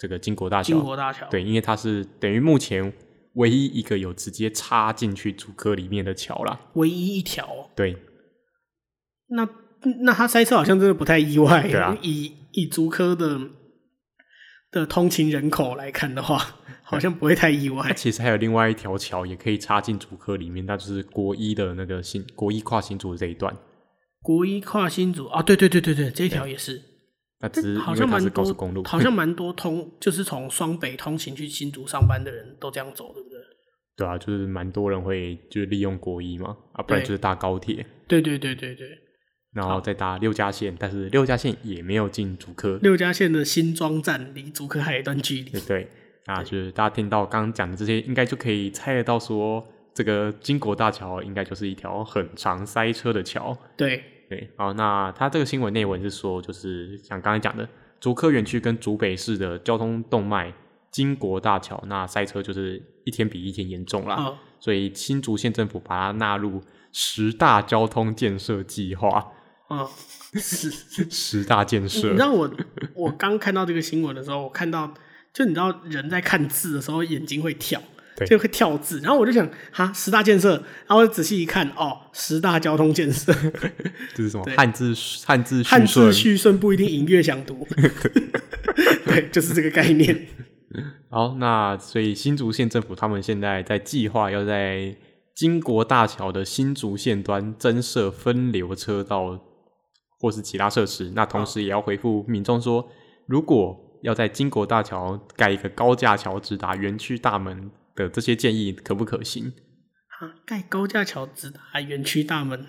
Speaker 1: 这个金嗯国大
Speaker 2: 金
Speaker 1: 桥。
Speaker 2: 国大桥。，
Speaker 1: 对，因为它是等于目前唯一一个有直接插进去竹科里面的桥啦。
Speaker 2: 唯一一条、哦。
Speaker 1: 对，
Speaker 2: 那那他塞车好像真的不太意外。
Speaker 1: 对啊
Speaker 2: 以以竹科的的通勤人口来看的话， 好像不会太意
Speaker 1: 它
Speaker 2: 外。
Speaker 1: 啊 其实还有另外一条桥也可以插进竹科里面，那就是国一的那个新国一跨新竹的这一段。
Speaker 2: 国一跨新竹啊，对对对对对，这一条也是。
Speaker 1: 那只是因
Speaker 2: 好
Speaker 1: 为
Speaker 2: 像
Speaker 1: 它
Speaker 2: 蛮
Speaker 1: 是
Speaker 2: 多，
Speaker 1: 高速公路，
Speaker 2: 好像蛮多通，就是从双北通勤去新竹上班的人都这样走，对不对？
Speaker 1: 对啊，就是蛮多人会就是利用国一嘛，啊，不然
Speaker 2: 对
Speaker 1: 就是搭高铁。
Speaker 2: 对对对对对，
Speaker 1: 然后再搭六家线，但是六家线也没有进主科，
Speaker 2: 六家县的新庄站离竹科还有一段距离
Speaker 1: 对。对，啊，就是大家听到刚刚讲的这些，应该就可以猜得到说，这个金国大桥应该就是一条很常塞车的桥。
Speaker 2: 对，
Speaker 1: 对，好，那它这个新闻内文是说，就是像刚才讲的，竹科园区跟竹北市的交通动脉金国大桥，那塞车就是一天比一天严重啦。
Speaker 2: 哦，
Speaker 1: 所以新竹县政府把它纳入十大交通建设计划，
Speaker 2: 哦，是。
Speaker 1: 十大建
Speaker 2: 你
Speaker 1: 设
Speaker 2: 你知。道我，我刚看到这个新闻的时候，我看到就你知道人在看字的时候眼睛会跳
Speaker 1: 对，
Speaker 2: 就会跳字，然后我就想，哈，十大建设，然后我仔细一看，哦，十大交通 建设，
Speaker 1: 这是什么
Speaker 2: 对
Speaker 1: 汉字汉字叙
Speaker 2: 汉
Speaker 1: 顺
Speaker 2: 字序顺不一定音乐想读， 对，就是这个概念。
Speaker 1: 好，那所以新竹县政府他们现在在计划要在金国大桥的新竹线端增设分流车道或是其他设施，那同时也要回复民众说，如果要在金国大桥盖一个高架桥直达园区大门的这些建议可不可行？
Speaker 2: 啊，盖高架桥直达园区大门。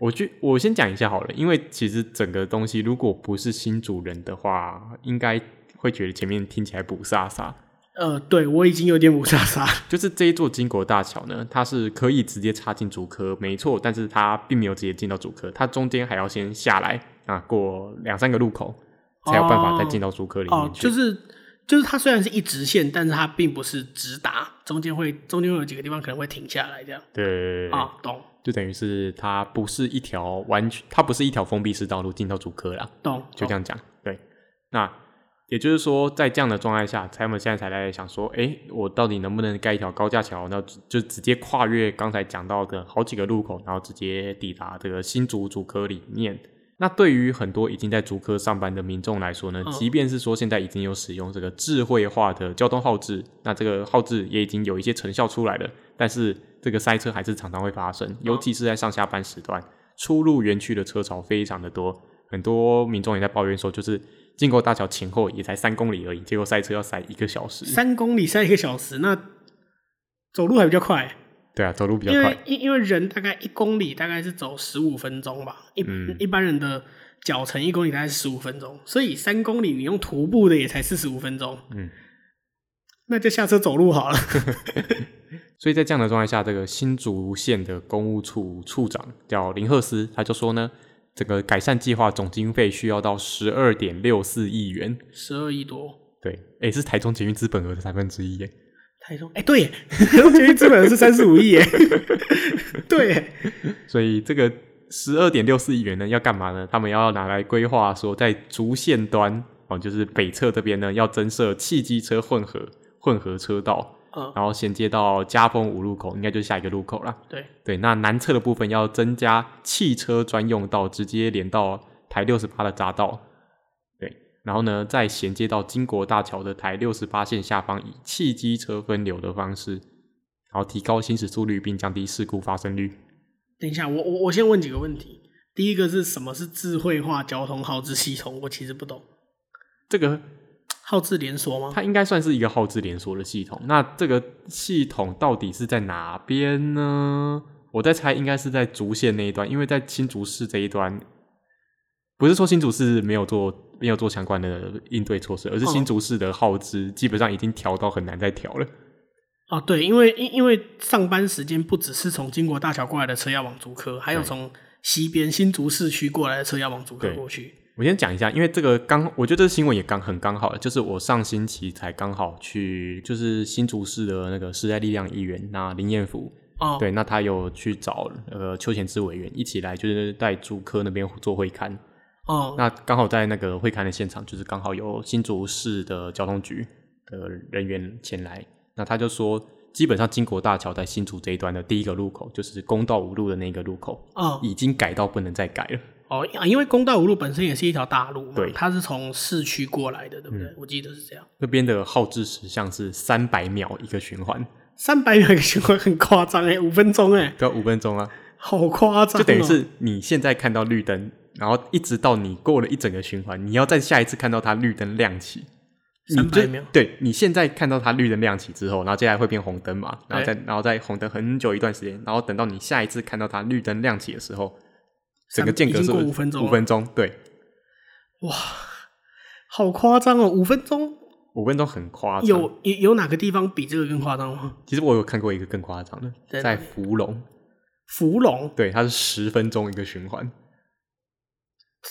Speaker 1: 我就我先讲一下好了，因为其实整个东西如果不是新主人的话，应该会觉得前面听起来不飒飒。
Speaker 2: 呃，对我已经有点五沙 沙。
Speaker 1: 就是这一座金国大桥呢，它是可以直接插进竹科，没错，但是它并没有直接进到竹科，它中间还要先下来啊，过两三个路口，才有办法再进到竹科里
Speaker 2: 哦
Speaker 1: 面，去。
Speaker 2: 就是就是它虽然是一直线，但是它并不是直达，中间会中间会有几个地方可能会停下来这样。
Speaker 1: 对对对对，
Speaker 2: 啊，懂
Speaker 1: 就等于是它不是一条完全，它不是一条封闭式道路进到竹科啦，
Speaker 2: 懂，
Speaker 1: 就这样
Speaker 2: 样。
Speaker 1: 讲。对，那也就是说，在这样的状态下，他们现在才在想说，诶，我到底能不能盖一条高架桥？那就就直接跨越刚才讲到的好几个路口，然后直接抵达这个新竹竹科里面。那对于很多已经在竹科上班的民众来说呢，
Speaker 2: 嗯
Speaker 1: 即便是说现在已经有使用这个智慧化的交通号志，那这个号志也已经有一些成效出来了，但是这个塞车还是常常会发生，
Speaker 2: 嗯
Speaker 1: 尤其是在上下班时段，出入园区的车潮非常的多，很多民众也在抱怨说，就是经过大桥前后也才三公里而已，结果塞车要塞一个小时。
Speaker 2: 三公里塞一个小时，那走路还比较快，
Speaker 1: 对啊，走路比较
Speaker 2: 因
Speaker 1: 快
Speaker 2: 为。因因为人大概一公里大概是走十五分钟吧，一、
Speaker 1: 嗯
Speaker 2: 一般人的脚程一公里大概是十五分钟，所以三公里你用徒步的也才四十五分钟，
Speaker 1: 嗯，
Speaker 2: 那就下车走 路好了。
Speaker 1: 所以在这样的状态下，这个新竹县的公务处处长叫林赫斯，他就说呢，这个改善计划总经费需要到十二点六四亿元，
Speaker 2: 十二亿多，
Speaker 1: 对，诶、是台中捷运资本额的三分之一耶。
Speaker 2: 台中，哎、对耶， 台中捷运资本是三十五亿耶， 对耶，
Speaker 1: 所以这个十二点六四亿元呢，要干嘛呢？他们要拿来规划说，在竹线端哦，就是北侧这边呢，要增设汽机车混合混合车道，
Speaker 2: 嗯
Speaker 1: 然后衔接到嘉丰五路口，应该就是下一个路口啦。
Speaker 2: 对，
Speaker 1: 对，那南侧的部分要增加汽车专用道，直接连到台六十八的匝道。对，然后呢，再衔接到金国大桥的台六十八线下方，以汽机车分流的方式，然后提高行驶速率并降低事故发生率。
Speaker 2: 等一下，我我我先问几个问题。第一个是什么是智慧化交通号志系统？我其实不懂，
Speaker 1: 这个
Speaker 2: 号志连锁吗？
Speaker 1: 它应该算是一个耗资连锁的系统。那这个系统到底是在哪边呢？我在猜应该是在竹县那一端，因为在新竹市这一端，不是说新竹市没有做没有做相关的应对措施，而是
Speaker 2: 嗯
Speaker 1: 新竹市的耗资基本上已经调到很难再调了。
Speaker 2: 啊，对，因为因因为上班时间不只是从金国大桥过来的车要往竹科，还有
Speaker 1: 对
Speaker 2: 从西边新竹市区过来的车要往竹科
Speaker 1: 对
Speaker 2: 过去。
Speaker 1: 我先讲一下，因为这个刚，我觉得这新闻也刚很刚好，就是我上星期才刚好去，就是新竹市的那个时代力量议员，那林彦福，
Speaker 2: 哦，
Speaker 1: 对，那他有去找呃邱显志委员一起来，就是在竹科那边做会刊，
Speaker 2: 哦，
Speaker 1: 那刚好在那个会刊的现场，就是刚好有新竹市的交通局的人员前来，那他就说，基本上金国大桥在新竹这一端的第一个路口，就是公道五路的那个路口，
Speaker 2: 哦，
Speaker 1: 已经改到不能再改了。
Speaker 2: 哦，啊因为公道五路本身也是一条大路嘛
Speaker 1: 对，嗯
Speaker 2: 它是从市区过来的，对不对？我记得是这样。
Speaker 1: 那边的耗资时像是三百秒一个循
Speaker 2: 哦
Speaker 1: 环，
Speaker 2: 三百秒一个循环很夸张哎，五分钟哎、
Speaker 1: 对啊，五分钟啊，
Speaker 2: 好夸张、
Speaker 1: 就
Speaker 2: 哦！
Speaker 1: 等于是你现在看到绿灯，然后一直到你过了一整个循环，你要在下一次看到它绿灯亮起。你
Speaker 2: 300
Speaker 1: 就
Speaker 2: 秒
Speaker 1: 对你现在看到它绿灯亮起之后，然后接下来会变红灯嘛，然后再
Speaker 2: 对
Speaker 1: 然后再红灯很久一段时间，然后等到你下一次看到它绿灯亮起的时候，整个
Speaker 2: 三
Speaker 1: 间隔
Speaker 2: 已
Speaker 1: 是
Speaker 2: 经过五分钟了
Speaker 1: 五分钟，对，
Speaker 2: 好夸张哦，五分钟
Speaker 1: 五分钟很夸张。
Speaker 2: 有有有哪个地方比这个更夸张吗？
Speaker 1: 其实我有看过一个更夸张
Speaker 2: 在
Speaker 1: 的，
Speaker 2: 哪
Speaker 1: 在
Speaker 2: 里
Speaker 1: 芙蓉，
Speaker 2: 芙蓉
Speaker 1: 对，它是十分钟一个循环。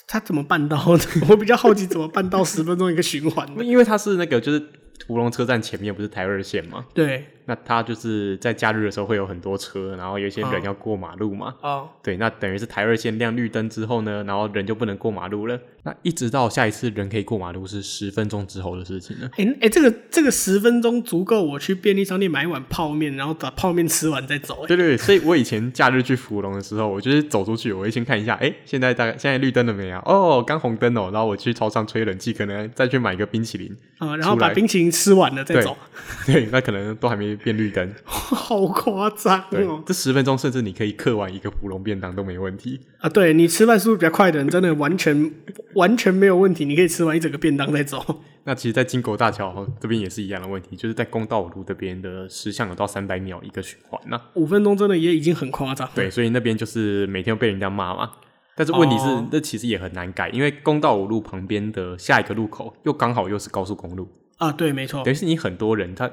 Speaker 2: 他怎么办到的？ 我比较好奇怎么办到十分钟一个循环的。
Speaker 1: 因为它是那个就是芙蓉车站前面不是台二线嘛，
Speaker 2: 对，
Speaker 1: 那它就是在假日的时候会有很多车，然后有一些人
Speaker 2: 嗯
Speaker 1: 要过马路嘛。
Speaker 2: 哦，
Speaker 1: 对，那等于是台二线亮绿灯之后呢，然后人就不能过马路了。那一直到下一次人可以过马路是十分钟之后的事情了。
Speaker 2: 哎、哎、这个这个十分钟足够我去便利商店买一碗泡面，然后把泡面吃完再走、欸。
Speaker 1: 对对对，所以我以前假日去芙蓉的时候，我就是走出去，我会先看一下，哎，现在大概现在绿灯了没啊？哦，刚红灯哦，然后我去超商吹冷气，可能再去买个冰淇淋。
Speaker 2: 啊、然后
Speaker 1: 出来
Speaker 2: 把冰淇淋吃完了再
Speaker 1: 对
Speaker 2: 走，
Speaker 1: 对，那可能都还没变绿灯。
Speaker 2: 好夸张
Speaker 1: 对
Speaker 2: 哦！，
Speaker 1: 这十分钟甚至你可以刻完一个芙蓉便当都没问题。
Speaker 2: 啊，对你吃饭速度比较快的人，真的完全完全没有问题，你可以吃完一整个便当再走。
Speaker 1: 那其实，在金国大桥这边也是一样的问题，就是在公道五路这边的时向有到三百秒一个循环呐、
Speaker 2: 五分钟真的也已经很夸张。
Speaker 1: 对，所以那边就是每天都被人家骂嘛。但是问题是，
Speaker 2: 哦
Speaker 1: 那其实也很难改，因为公道五路旁边的下一个路口又刚好又是高速公路，
Speaker 2: 啊，对，没错
Speaker 1: 等。于是你很多人他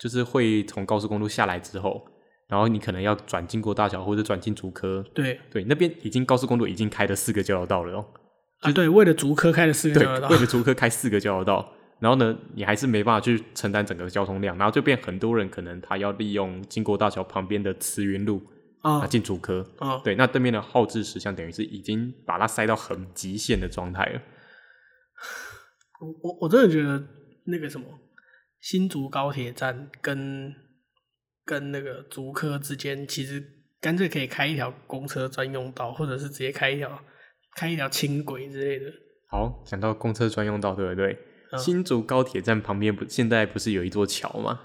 Speaker 1: 就是会从高速公路下来之后，然后你可能要转经过大桥或者转进竹科，
Speaker 2: 对
Speaker 1: 对，那边已经高速公路已经开了四个交流道 了哦、
Speaker 2: 啊，对，为了竹科开了四个
Speaker 1: 对
Speaker 2: 交流，道
Speaker 1: 为，了竹科开四个交流道，然后呢，你还是没办法去承担整个交通量，然后就变很多人可能他要利用经过大桥旁边的慈云路啊
Speaker 2: 啊
Speaker 1: 进竹科，
Speaker 2: 啊，
Speaker 1: 对，那对面的耗资时相等于是已经把它塞到很极限的状态了。
Speaker 2: 我我我真的觉得那个什么新竹高铁站跟跟那个竹科之间，其实干脆可以开一条公车专用道，或者是直接开一条开一条轻轨之类的。
Speaker 1: 好，讲到公车专用道，对不对？
Speaker 2: 嗯
Speaker 1: 新竹高铁站旁边不现在不是有一座桥吗？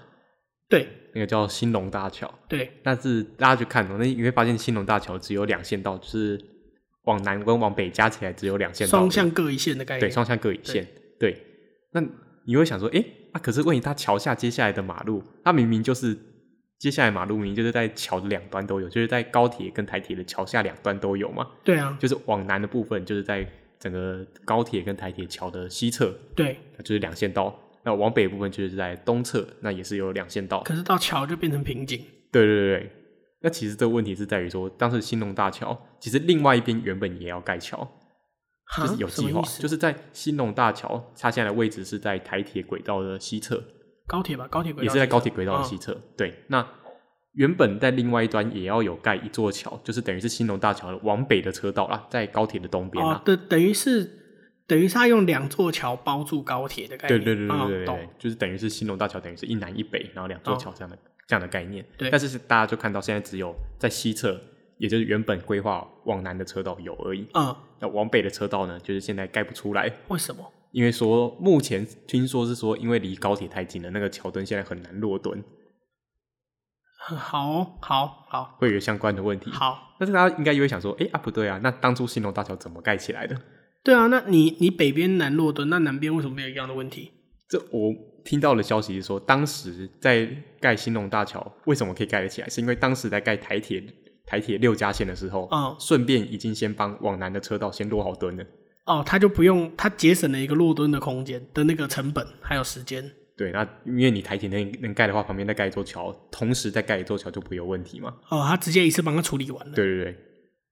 Speaker 2: 对
Speaker 1: 那个叫兴隆大桥，
Speaker 2: 对，
Speaker 1: 但是大家去看哦，那你会发现兴隆大桥只有两线道，就是往南跟往北加起来只有两线道，
Speaker 2: 双向各一线的概
Speaker 1: 对，
Speaker 2: 念。
Speaker 1: 双向各一线。对，那你会想说，诶，啊，可是问题它桥下接下来的马路，它明明就是接下来马路明明就是在桥的两端都有，就是在高铁跟台铁的桥下两端都有嘛，
Speaker 2: 对啊，
Speaker 1: 就是往南的部分就是在整个高铁跟台铁桥的西侧，
Speaker 2: 对。
Speaker 1: 那就是两线道。那往北的部分就是在东侧，那也是有两线道。
Speaker 2: 可是到桥就变成瓶颈。
Speaker 1: 对对对对，那其实这个问题是在于说，当时兴隆大桥其实另外一边原本也要盖桥，
Speaker 2: 哈
Speaker 1: 就是有
Speaker 2: 啊什么
Speaker 1: 计
Speaker 2: 意
Speaker 1: 划，
Speaker 2: 思
Speaker 1: 就是在新隆大桥，它现在的位置是在台铁轨道的西侧，
Speaker 2: 高铁吧，高铁轨
Speaker 1: 也
Speaker 2: 道
Speaker 1: 是在
Speaker 2: 西
Speaker 1: 高
Speaker 2: 侧
Speaker 1: 铁轨道的
Speaker 2: 嗯
Speaker 1: 西侧。对，那原本在另外一端也要有盖一座桥，就是等于是新隆大桥往北的车道啦，在高铁的东边啊
Speaker 2: 哦
Speaker 1: 啦，。
Speaker 2: 等等于是等于是他用两座桥包住高铁的概
Speaker 1: 对
Speaker 2: 念，
Speaker 1: 对对对对
Speaker 2: 嗯
Speaker 1: 对
Speaker 2: 懂，
Speaker 1: 就是等于是新隆大桥，等于是一南一北，然后两座
Speaker 2: 哦
Speaker 1: 桥这样的、这样的概念。
Speaker 2: 对
Speaker 1: 但是是大家就看到现在只有在西侧，也就是原本规划往南的车道有而已，
Speaker 2: 嗯，
Speaker 1: 那往北的车道呢，就是现在盖不出来。
Speaker 2: 为什么？
Speaker 1: 因为说目前听说是说，因为离高铁太近了，那个桥墩现在很难落墩，
Speaker 2: 好哦好好
Speaker 1: 会有相关的问题。
Speaker 2: 好，
Speaker 1: 但是大家应该也会想说，哎、啊不对啊，那当初兴隆大桥怎么盖起来的？
Speaker 2: 对啊，那你你北边南洛敦，那南边为什么没有一样的问题？
Speaker 1: 这我听到的消息是说，当时在盖兴隆大桥为什么可以盖得起来，是因为当时在盖台铁台铁六家线的时候，
Speaker 2: 哦
Speaker 1: 顺便已经先帮往南的车道先落好墩了。
Speaker 2: 哦，他就不用，他节省了一个落墩的空间的那个成本还有时间。
Speaker 1: 对，那因为你台铁能能盖的话，旁边再盖一座桥，同时再盖一座桥就不会有问题嘛。
Speaker 2: 哦，他直接一次帮他处理完了。
Speaker 1: 对对对。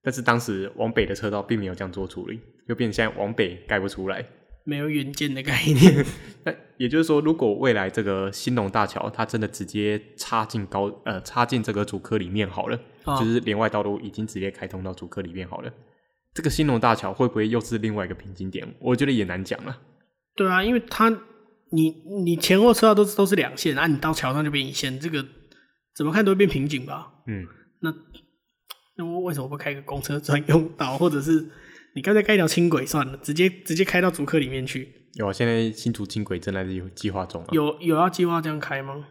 Speaker 1: 但是当时往北的车道并没有这样做处理，就变成现在往北盖不出来。
Speaker 2: 没有远见的概念。
Speaker 1: 那也就是说，如果未来这个新隆大桥它真的直接插进高呃插进这个主科里面好了，
Speaker 2: 哦
Speaker 1: 就是连外道路已经直接开通到主科里面好了，这个新隆大桥会不会又是另外一个瓶颈点？我觉得也难讲了。
Speaker 2: 对啊，因为他你你前后车道都是都是两线，啊，你到桥上就变一线，这个怎么看都会变瓶颈吧？
Speaker 1: 嗯，
Speaker 2: 那我为什么不开个公车专用道，或者是你干脆盖一条轻轨算了，直接直接开到竹科里面去？
Speaker 1: 有啊，现在新竹轻轨正在有计划中啊，
Speaker 2: 有有要计划这样开吗？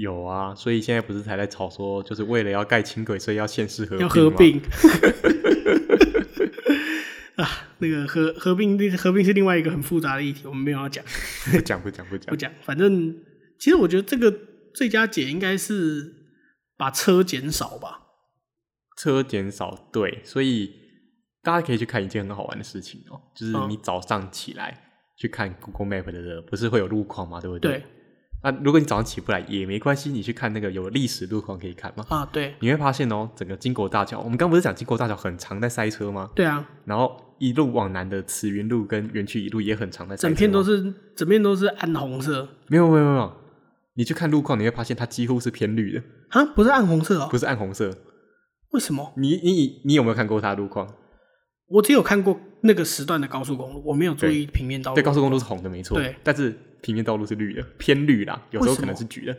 Speaker 1: 有啊，所以现在不是才在吵说，就是为了要盖轻轨，所以要县市合并
Speaker 2: 要合
Speaker 1: 吗，
Speaker 2: 并？ 啊，那个合合并合并是另外一个很复杂的议题，我们没有要讲。
Speaker 1: 不讲不讲不
Speaker 2: 不
Speaker 1: 讲，
Speaker 2: 讲，反正其实我觉得这个最佳解应该是把车减少吧。
Speaker 1: 车减少，对，所以大家可以去看一件很好玩的事情哦、就是
Speaker 2: 嗯
Speaker 1: 你早上起来、去看 Google Map 的，不是会有路况吗？对不
Speaker 2: 对
Speaker 1: 那、如果你早上起不来也没关系，你去看那个有历史路况可以看吗？
Speaker 2: 啊，对
Speaker 1: 你会发现哦、整个金国大桥，我们刚不是讲金国大桥很常在塞车吗？
Speaker 2: 对啊，
Speaker 1: 然后一路往南的慈云路跟园区一路也很常在塞车
Speaker 2: 整
Speaker 1: 吗，
Speaker 2: 片都是整片都是暗红色
Speaker 1: 没有没有没有，你去看路况，你会发现它几乎是偏绿的，
Speaker 2: 啊，不是暗红色哦、
Speaker 1: 不是暗红色。
Speaker 2: 为什么？
Speaker 1: 你你你有没有看过它的路况？
Speaker 2: 我只有看过那个时段的高速公路，我没有注意平面道路。
Speaker 1: 对，高速公路是红的，没错。
Speaker 2: 对，
Speaker 1: 但是平面道路是绿的，偏绿啦，有时候可能是橘的，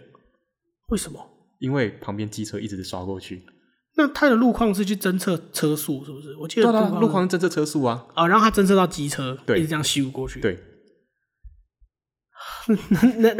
Speaker 2: 为什么？
Speaker 1: 因为旁边机车一直刷过去。
Speaker 2: 那它的路况是去侦测车速，是不是？我记
Speaker 1: 对
Speaker 2: 得
Speaker 1: 啊，路
Speaker 2: 况
Speaker 1: 况侦测车速啊。
Speaker 2: 啊，然后它侦测到机车，
Speaker 1: 对
Speaker 2: 一直这样修过去。
Speaker 1: 对，
Speaker 2: 那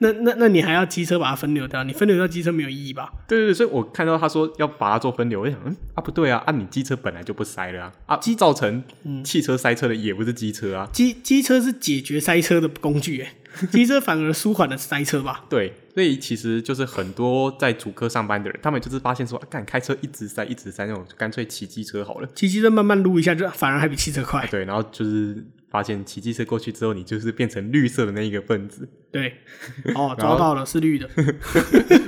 Speaker 2: 那那那你还要机车把它分流掉？你分流掉机车没有意义吧？
Speaker 1: 对对对，所以我看到他说要把它做分流，我就想，嗯啊不对啊，啊你机车本来就不塞了啊，啊造成汽车塞车的也不是机车啊。
Speaker 2: 机机车是解决塞车的工具，哎，机车反而舒缓了塞车吧？
Speaker 1: 对，所以其实就是很多在主科上班的人，他们就是发现说，啊干、开车一直塞一直塞，那种干脆骑机车好了。
Speaker 2: 骑机车慢慢撸一下，就反而还比汽车快。
Speaker 1: 对，然后就是发现骑机车过去之后，你就是变成绿色的那一个分子，
Speaker 2: 对，哦，抓到了，是绿的。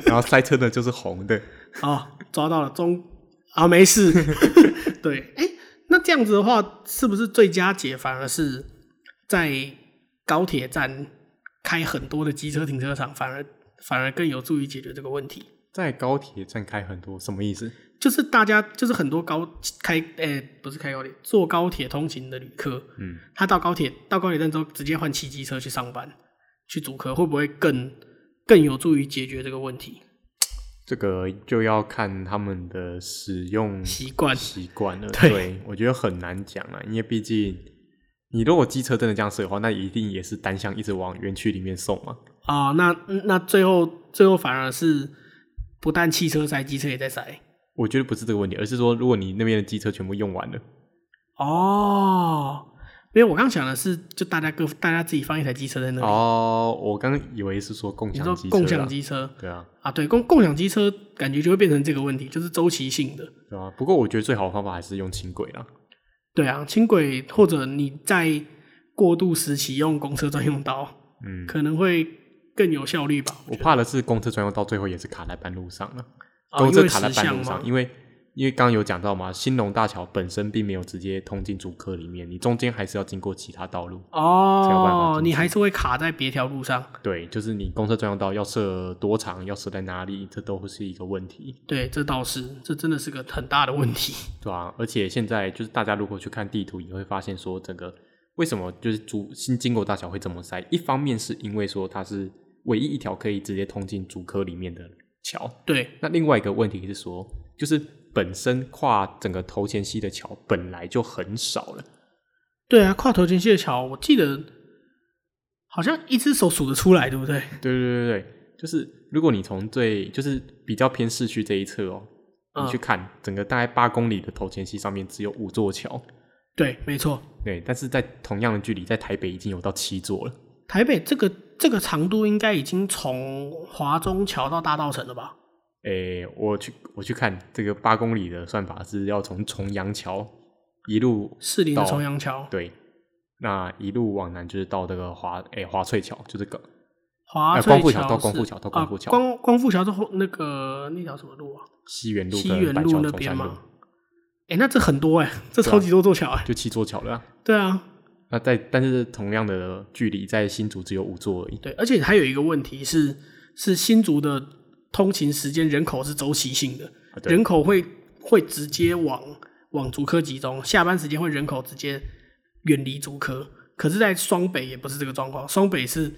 Speaker 1: 然后塞车的就是红的。
Speaker 2: 哦，抓到了，中啊，没事。 对，哎、那这样子的话，是不是最佳解反而是在高铁站开很多的机车停车场，反而反而更有助于解决这个问题？
Speaker 1: 在高铁站开很多，什么意思？
Speaker 2: 就是大家就是很多高开诶、不是开高铁，坐高铁通勤的旅客，
Speaker 1: 嗯，
Speaker 2: 他到高铁到高铁站之后，直接换骑机车去上班，去主科会不会更更有助于解决这个问题？
Speaker 1: 这个就要看他们的使用
Speaker 2: 习惯
Speaker 1: 习惯了。
Speaker 2: 对
Speaker 1: 我觉得很难讲啊，因为毕竟你如果机车真的这样设的话，那一定也是单向一直往园区里面送嘛。
Speaker 2: 啊、那那最后最后反而是不但汽车塞，机车也在塞。
Speaker 1: 我觉得不是这个问题，而是说，如果你那边的机车全部用完了，
Speaker 2: 哦，因为我刚想的是，就大家各大家自己放一台机车在那里，
Speaker 1: 哦，我刚以为是说共
Speaker 2: 你
Speaker 1: 享
Speaker 2: 说
Speaker 1: 机车啦，
Speaker 2: 共享机车
Speaker 1: 对啊，
Speaker 2: 啊，对，共共享机车感觉就会变成这个问题，就是周期性的。
Speaker 1: 对啊。不过我觉得最好的方法还是用轻轨啦。
Speaker 2: 对啊，轻轨或者你在过渡时期用公车专用道，
Speaker 1: 嗯，
Speaker 2: 可能会更有效率吧。
Speaker 1: 我怕的是公车专用到最后也是卡在半路上了，
Speaker 2: 啊
Speaker 1: 公
Speaker 2: 因
Speaker 1: 车
Speaker 2: 为
Speaker 1: 卡在
Speaker 2: 石
Speaker 1: 半
Speaker 2: 像
Speaker 1: 路
Speaker 2: 嘛
Speaker 1: 上，，因为因为刚刚有讲到嘛，新隆大桥本身并没有直接通进主科里面，你中间还是要经过其他道路。才有办法
Speaker 2: 哦
Speaker 1: 进，去
Speaker 2: 你还是会卡在别条路上。
Speaker 1: 对，就是你公车专用道要设多长，要设在哪里，这都是一个问题，
Speaker 2: 对，这倒是，这真的是个很大的问题。
Speaker 1: 对吧、而且现在就是大家如果去看地图，也会发现说，这个为什么就是主新经国大桥会这么塞？一方面是因为说它是唯一一条可以直接通进主科里面的桥，
Speaker 2: 对，
Speaker 1: 那另外一个问题是说，就是本身跨整个头前溪的桥本来就很少了，
Speaker 2: 对啊，跨头前溪的桥，我记得好像一只手数得出来，对不对？
Speaker 1: 对对对对，就是如果你从最就是比较偏市区这一侧哦，
Speaker 2: 嗯
Speaker 1: 你去看、整个大概八公里的头前溪上面只有五座桥，
Speaker 2: 对，没错。
Speaker 1: 对，但是在同样的距离，在台北已经有到七座了。
Speaker 2: 台北这个这个长度应该已经从华中桥到大道城了吧？
Speaker 1: 诶、我去我去看这个八公里的算法是要从重阳桥一路
Speaker 2: 士林的
Speaker 1: 到
Speaker 2: 重阳桥、
Speaker 1: 对，那一路往南就是到这个华诶、华翠桥，就是个
Speaker 2: 华
Speaker 1: 呃
Speaker 2: 翠
Speaker 1: 光复
Speaker 2: 桥
Speaker 1: 桥
Speaker 2: 是、
Speaker 1: 到光复桥到光复
Speaker 2: 啊、
Speaker 1: 桥
Speaker 2: 光光复桥是后那个那条什么路啊？
Speaker 1: 西园路
Speaker 2: 西
Speaker 1: 跟
Speaker 2: 园
Speaker 1: 板
Speaker 2: 路
Speaker 1: 桥
Speaker 2: 那
Speaker 1: 走
Speaker 2: 边
Speaker 1: 下路，
Speaker 2: 吗哎、那这很多哎、这
Speaker 1: 对啊
Speaker 2: 超级多座桥哎、
Speaker 1: 就七座桥了啊、
Speaker 2: 对啊，
Speaker 1: 那在但是同样的距离，在新竹只有五座而已。
Speaker 2: 对，而且还有一个问题是，是新竹的通勤时间人口是周期性的，
Speaker 1: 啊对
Speaker 2: 人口会会直接往往竹科集中，下班时间会人口直接远离竹科。可是，在双北也不是这个状况，双北是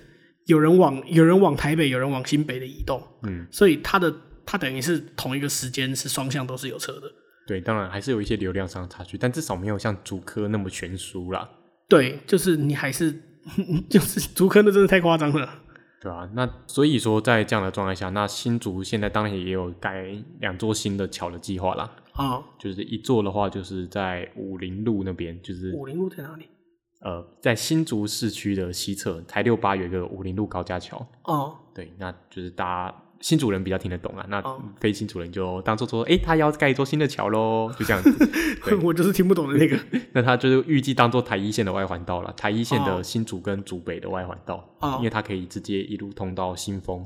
Speaker 2: 有人往有人往台北，有人往新北的移动，
Speaker 1: 嗯，
Speaker 2: 所以它的它等于是同一个时间是双向都是有车的。
Speaker 1: 对，当然还是有一些流量上的差距，但至少没有像竹科那么悬殊啦，
Speaker 2: 对，就是你还是 就是竹科那真的太夸张了。
Speaker 1: 对啊，那所以说，在这样的状态下，那新竹现在当然也有盖两座新的桥的计划啦。
Speaker 2: 啊、
Speaker 1: 就是一座的话，就是在武林路那边，就是
Speaker 2: 武林路在哪里？
Speaker 1: 呃，在新竹市区的西侧，台六八有一个武林路高架桥。
Speaker 2: 哦，
Speaker 1: 对，那就是大家新主人比较听得懂啊，那
Speaker 2: 哦
Speaker 1: 非新主人就当做说，诶，他要盖一座新的桥喽，就这样子。 对
Speaker 2: 我就是听不懂的那个。
Speaker 1: 那他就是预计当做台一线的外环道了，台一线
Speaker 2: 哦
Speaker 1: 的新竹跟竹北的外环道，
Speaker 2: 哦
Speaker 1: 因为它可以直接一路通到新丰。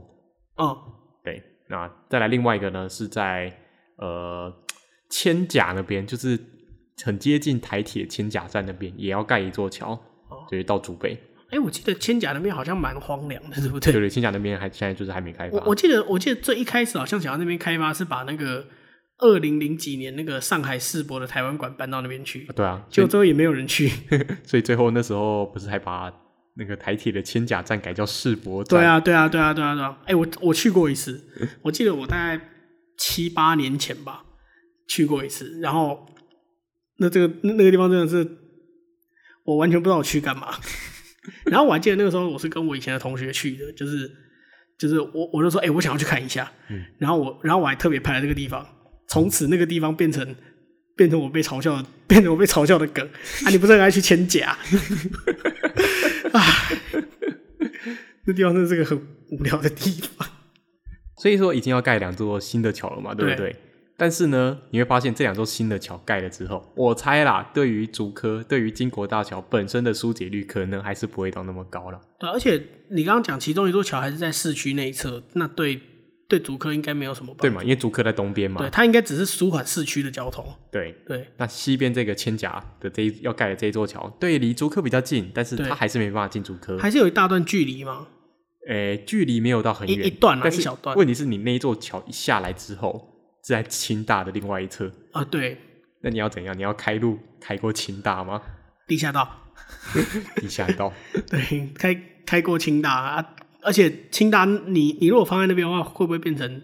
Speaker 2: 哦，
Speaker 1: 对，那再来另外一个呢，是在呃千甲那边，就是很接近台铁千甲站那边，也要盖一座桥，
Speaker 2: 哦
Speaker 1: 就是到竹北。
Speaker 2: 哎、我记得千甲那边好像蛮荒凉的，对不
Speaker 1: 对啊
Speaker 2: 对？
Speaker 1: 对，千甲那边还现在就是还没开发
Speaker 2: 我。我记得我记得最一开始好像想要那边开发是把那个二零零几年那个上海世博的台湾馆搬到那边去
Speaker 1: 啊，对啊，
Speaker 2: 结果最后也没有人去。
Speaker 1: 所以最后那时候不是还把那个台铁的千甲站改叫世博站？
Speaker 2: 对，啊，对啊，对啊，对啊，对啊！哎、我我去过一次， 我记得我大概七八年前吧去过一次，然后那这个那那个地方真的是我完全不知道我去干嘛。然后我还记得那个时候我是跟我以前的同学去的，就是就是我我就说，哎、我想要去看一下，
Speaker 1: 嗯
Speaker 2: 然后我然后我还特别拍了这个地方，从此那个地方变成。变成我被嘲笑的，变成我被嘲笑的梗啊！你不是很爱去千甲？ 那地方真的是个很无聊的地方。
Speaker 1: 所以说已经要盖两座新的桥了嘛，对不
Speaker 2: 对
Speaker 1: 对？但是呢，你会发现这两座新的桥盖了之后，我猜啦，对于竹科、对于金国大桥本身的疏解率，可能还是不会到那么高了。
Speaker 2: 对，啊而且你刚刚讲其中一座桥还是在市区内侧，那对对竹科应该没有什么帮
Speaker 1: 对嘛？因为竹科在东边嘛，
Speaker 2: 对，它应该只是舒缓市区的交通。
Speaker 1: 对
Speaker 2: 对，
Speaker 1: 那西边这个千甲的这一要盖的这一座桥，对，离竹科比较近，但是
Speaker 2: 对
Speaker 1: 它还是没办法进竹科。
Speaker 2: 还是有一大段距离嘛。
Speaker 1: 诶，距离没有到很
Speaker 2: 一
Speaker 1: 远，
Speaker 2: 一段啊
Speaker 1: 但是
Speaker 2: 一小段
Speaker 1: 问题是你那一座桥一下来之后，是在清大的另外一侧，
Speaker 2: 啊，对，
Speaker 1: 那你要怎样？你要开路开过清大吗？
Speaker 2: 地下道，
Speaker 1: 地下道，
Speaker 2: 对，开开过清大啊，而且清大你你如果放在那边的话，会不会变成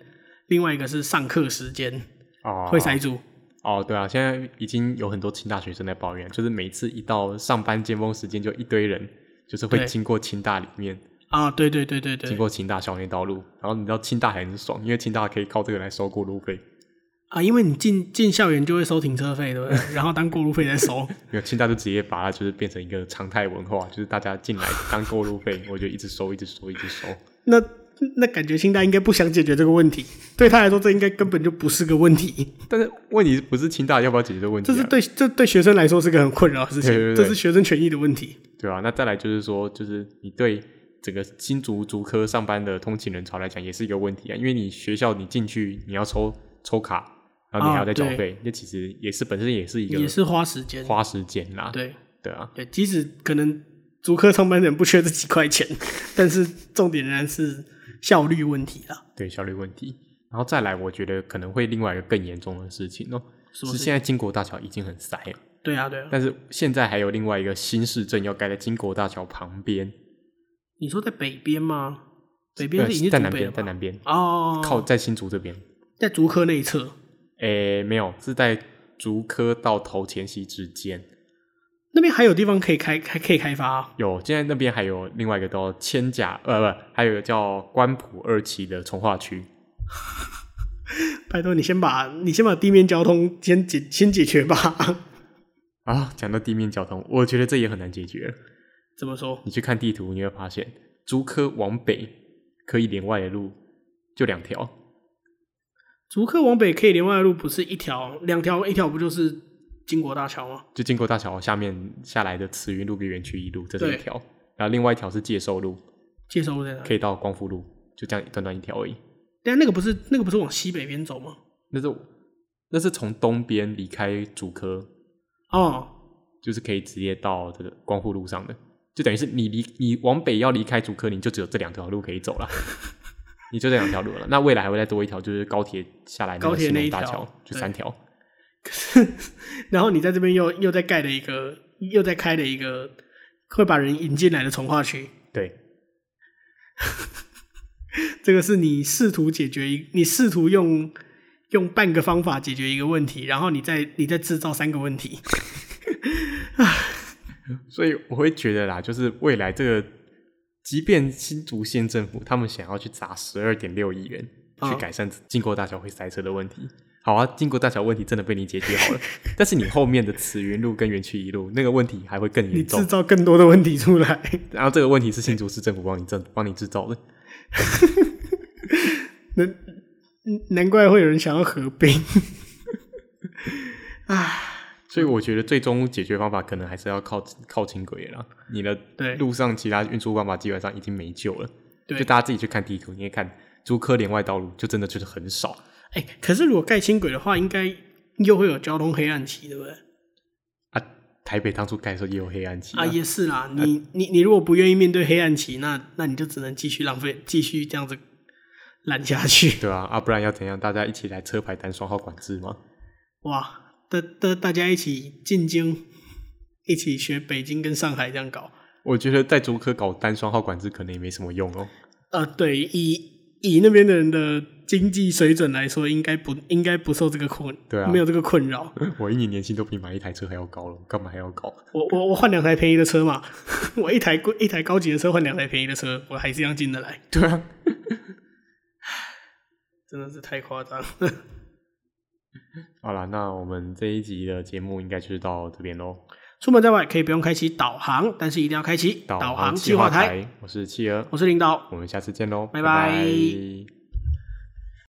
Speaker 2: 另外一个是上课时间
Speaker 1: 哦，
Speaker 2: 会塞住？
Speaker 1: 哦，对啊，现在已经有很多清大学生在抱怨，就是每次一到上班尖峰时间，就一堆人就是会
Speaker 2: 对
Speaker 1: 经过清大里面，
Speaker 2: 啊，对对对对
Speaker 1: 经
Speaker 2: 对，
Speaker 1: 过清大校内道路，然后你知道清大还很爽，因为清大可以靠这个来收过路费，
Speaker 2: 啊，因为你进进校园就会收停车费，对不对？然后当过路费再收。
Speaker 1: 没有清大就直接把它就是变成一个常态文化，就是大家进来当过路费，我就一直收，一直收，一直 收。
Speaker 2: 那那感觉清大应该不想解决这个问题，对他来说这应该根本就不是个问题，
Speaker 1: 但是问题不是清大要不要解决这个问题、
Speaker 2: 这
Speaker 1: 啊，
Speaker 2: 是对这对学生来说是个很困扰的事情，
Speaker 1: 对对对
Speaker 2: 这是学生权益的问题。
Speaker 1: 对啊，那再来就是说，就是你对整个新竹竹科上班的通勤人潮来讲，也是一个问题啊，因为你学校你进去你要抽抽卡，然后你还要再缴费，那、其实也是本身也是一
Speaker 2: 啊也
Speaker 1: 个
Speaker 2: 是花时间。
Speaker 1: 花时间啦。
Speaker 2: 对
Speaker 1: 对啊，
Speaker 2: 对，即使可能足科上班人不缺这几块钱， 但是重点仍然是效率问题啦。
Speaker 1: 对效率问题。然后再来，我觉得可能会另外一个更严重的事情哦，
Speaker 2: 是不是
Speaker 1: 是现在金国大桥已经很塞了，
Speaker 2: 对啊，对啊。
Speaker 1: 但是现在还有另外一个新市镇要盖在金国大桥旁边，
Speaker 2: 你说在北边吗？北边是已
Speaker 1: 呃
Speaker 2: 经是
Speaker 1: 在
Speaker 2: 竹
Speaker 1: 南
Speaker 2: 北
Speaker 1: 边，
Speaker 2: 了吧
Speaker 1: 在南边，
Speaker 2: 哦，
Speaker 1: 靠在新竹这边。
Speaker 2: 在竹科那一侧，
Speaker 1: 诶、没有，是在竹科到头前溪之间
Speaker 2: 那边还有地方可以开，还可以开发啊、
Speaker 1: 有。现在那边还有另外一个叫千甲，呃，不，还有一个叫关埔二期的从化区。
Speaker 2: 拜托你先把你先把地面交通先解先解决吧。
Speaker 1: 啊，讲到地面交通，我觉得这也很难解决。
Speaker 2: 怎么说？
Speaker 1: 你去看地图，你会发现竹科往北可以连外的路就两条，
Speaker 2: 竹科往北 K 连外的路不是一条两条，一条不就是金国大桥吗？
Speaker 1: 就经过大桥下面下来的慈云路跟园区一路，这是
Speaker 2: 对
Speaker 1: 一条，然后另外一条是介寿路，
Speaker 2: 介绍路在哪里？
Speaker 1: 可以到光复路，就这样短短一条而已。
Speaker 2: 但那个不是那个不是往西北边走吗？
Speaker 1: 那是那是从东边离开竹科，
Speaker 2: 哦，
Speaker 1: 就是可以直接到这个光复路上的，就等于是你离你往北要离开竹科，你就只有这两条路可以走了， 你就这两条路了。那未来还会再多一条，就是高铁下来
Speaker 2: 高铁那
Speaker 1: 那
Speaker 2: 一
Speaker 1: 一大
Speaker 2: 条
Speaker 1: 桥，就
Speaker 2: 对
Speaker 1: 三条。
Speaker 2: 然后你在这边又又在盖了一个，又在开了一个会把人引进来的从化区，
Speaker 1: 对，
Speaker 2: 这个是你试图解决一，你试图用用半个方法解决一个问题，然后你再你再制造三个问题。
Speaker 1: 所以我会觉得啦，就是未来这个，即便新竹县政府他们想要去砸十二点六亿元
Speaker 2: 嗯
Speaker 1: 去改善经过大桥会塞车的问题，好啊，经过大桥问题真的被你解决好 了，但是你后面的慈云路跟园区一路那个问题还会更
Speaker 2: 你
Speaker 1: 严
Speaker 2: 制
Speaker 1: 重，
Speaker 2: 造更多的问题出来。
Speaker 1: 然后这个问题是新竹市政府帮你制帮你制造的，
Speaker 2: 嗯难难怪会有人想要合并。
Speaker 1: 所以我觉得最终解决方法可能还是要靠靠轻轨了啦，你的
Speaker 2: 对
Speaker 1: 路上其他运输方法基本上已经没救了，
Speaker 2: 对
Speaker 1: 就大家自己去看地图，你也看竹科连外道路就真的就是很少。
Speaker 2: 哎、可是如果盖轻轨的话，应该又会有交通黑暗期，对不对？
Speaker 1: 啊，台北当初盖的时候也有黑暗期啊
Speaker 2: 啊，也是啦。你你你如果不愿意面对黑暗期，那那你就只能继续浪费，继续这样子烂下 去。
Speaker 1: 对啊，啊，不然要怎样？大家一起来车牌单双号管制吗？
Speaker 2: 哇，大大大家一起进京，一起学北京跟上海这样搞。
Speaker 1: 我觉得在竹科搞单双号管制可能也没什么用哦。
Speaker 2: 呃，对，以以那边的人的经济水准来说，应该不应该不受这个困，
Speaker 1: 对啊
Speaker 2: 没有这个困扰。
Speaker 1: 我一年年薪都比买一台车还要高了，干嘛还要搞？
Speaker 2: 我我我换两台便宜的车嘛， 我一台贵一台高级的车换两台便宜的车，我还是一样进得来，
Speaker 1: 对啊，
Speaker 2: 真的是太夸张了。
Speaker 1: 好啦，那我们这一集的节目应该就是到这边喽。
Speaker 2: 出门在外可以不用开启导航，但是一定要开启
Speaker 1: 导
Speaker 2: 航
Speaker 1: 计划
Speaker 2: 划台。
Speaker 1: 台，我是企鹅，
Speaker 2: 我是领导，
Speaker 1: 我们下次见喽，
Speaker 2: 拜拜
Speaker 1: 拜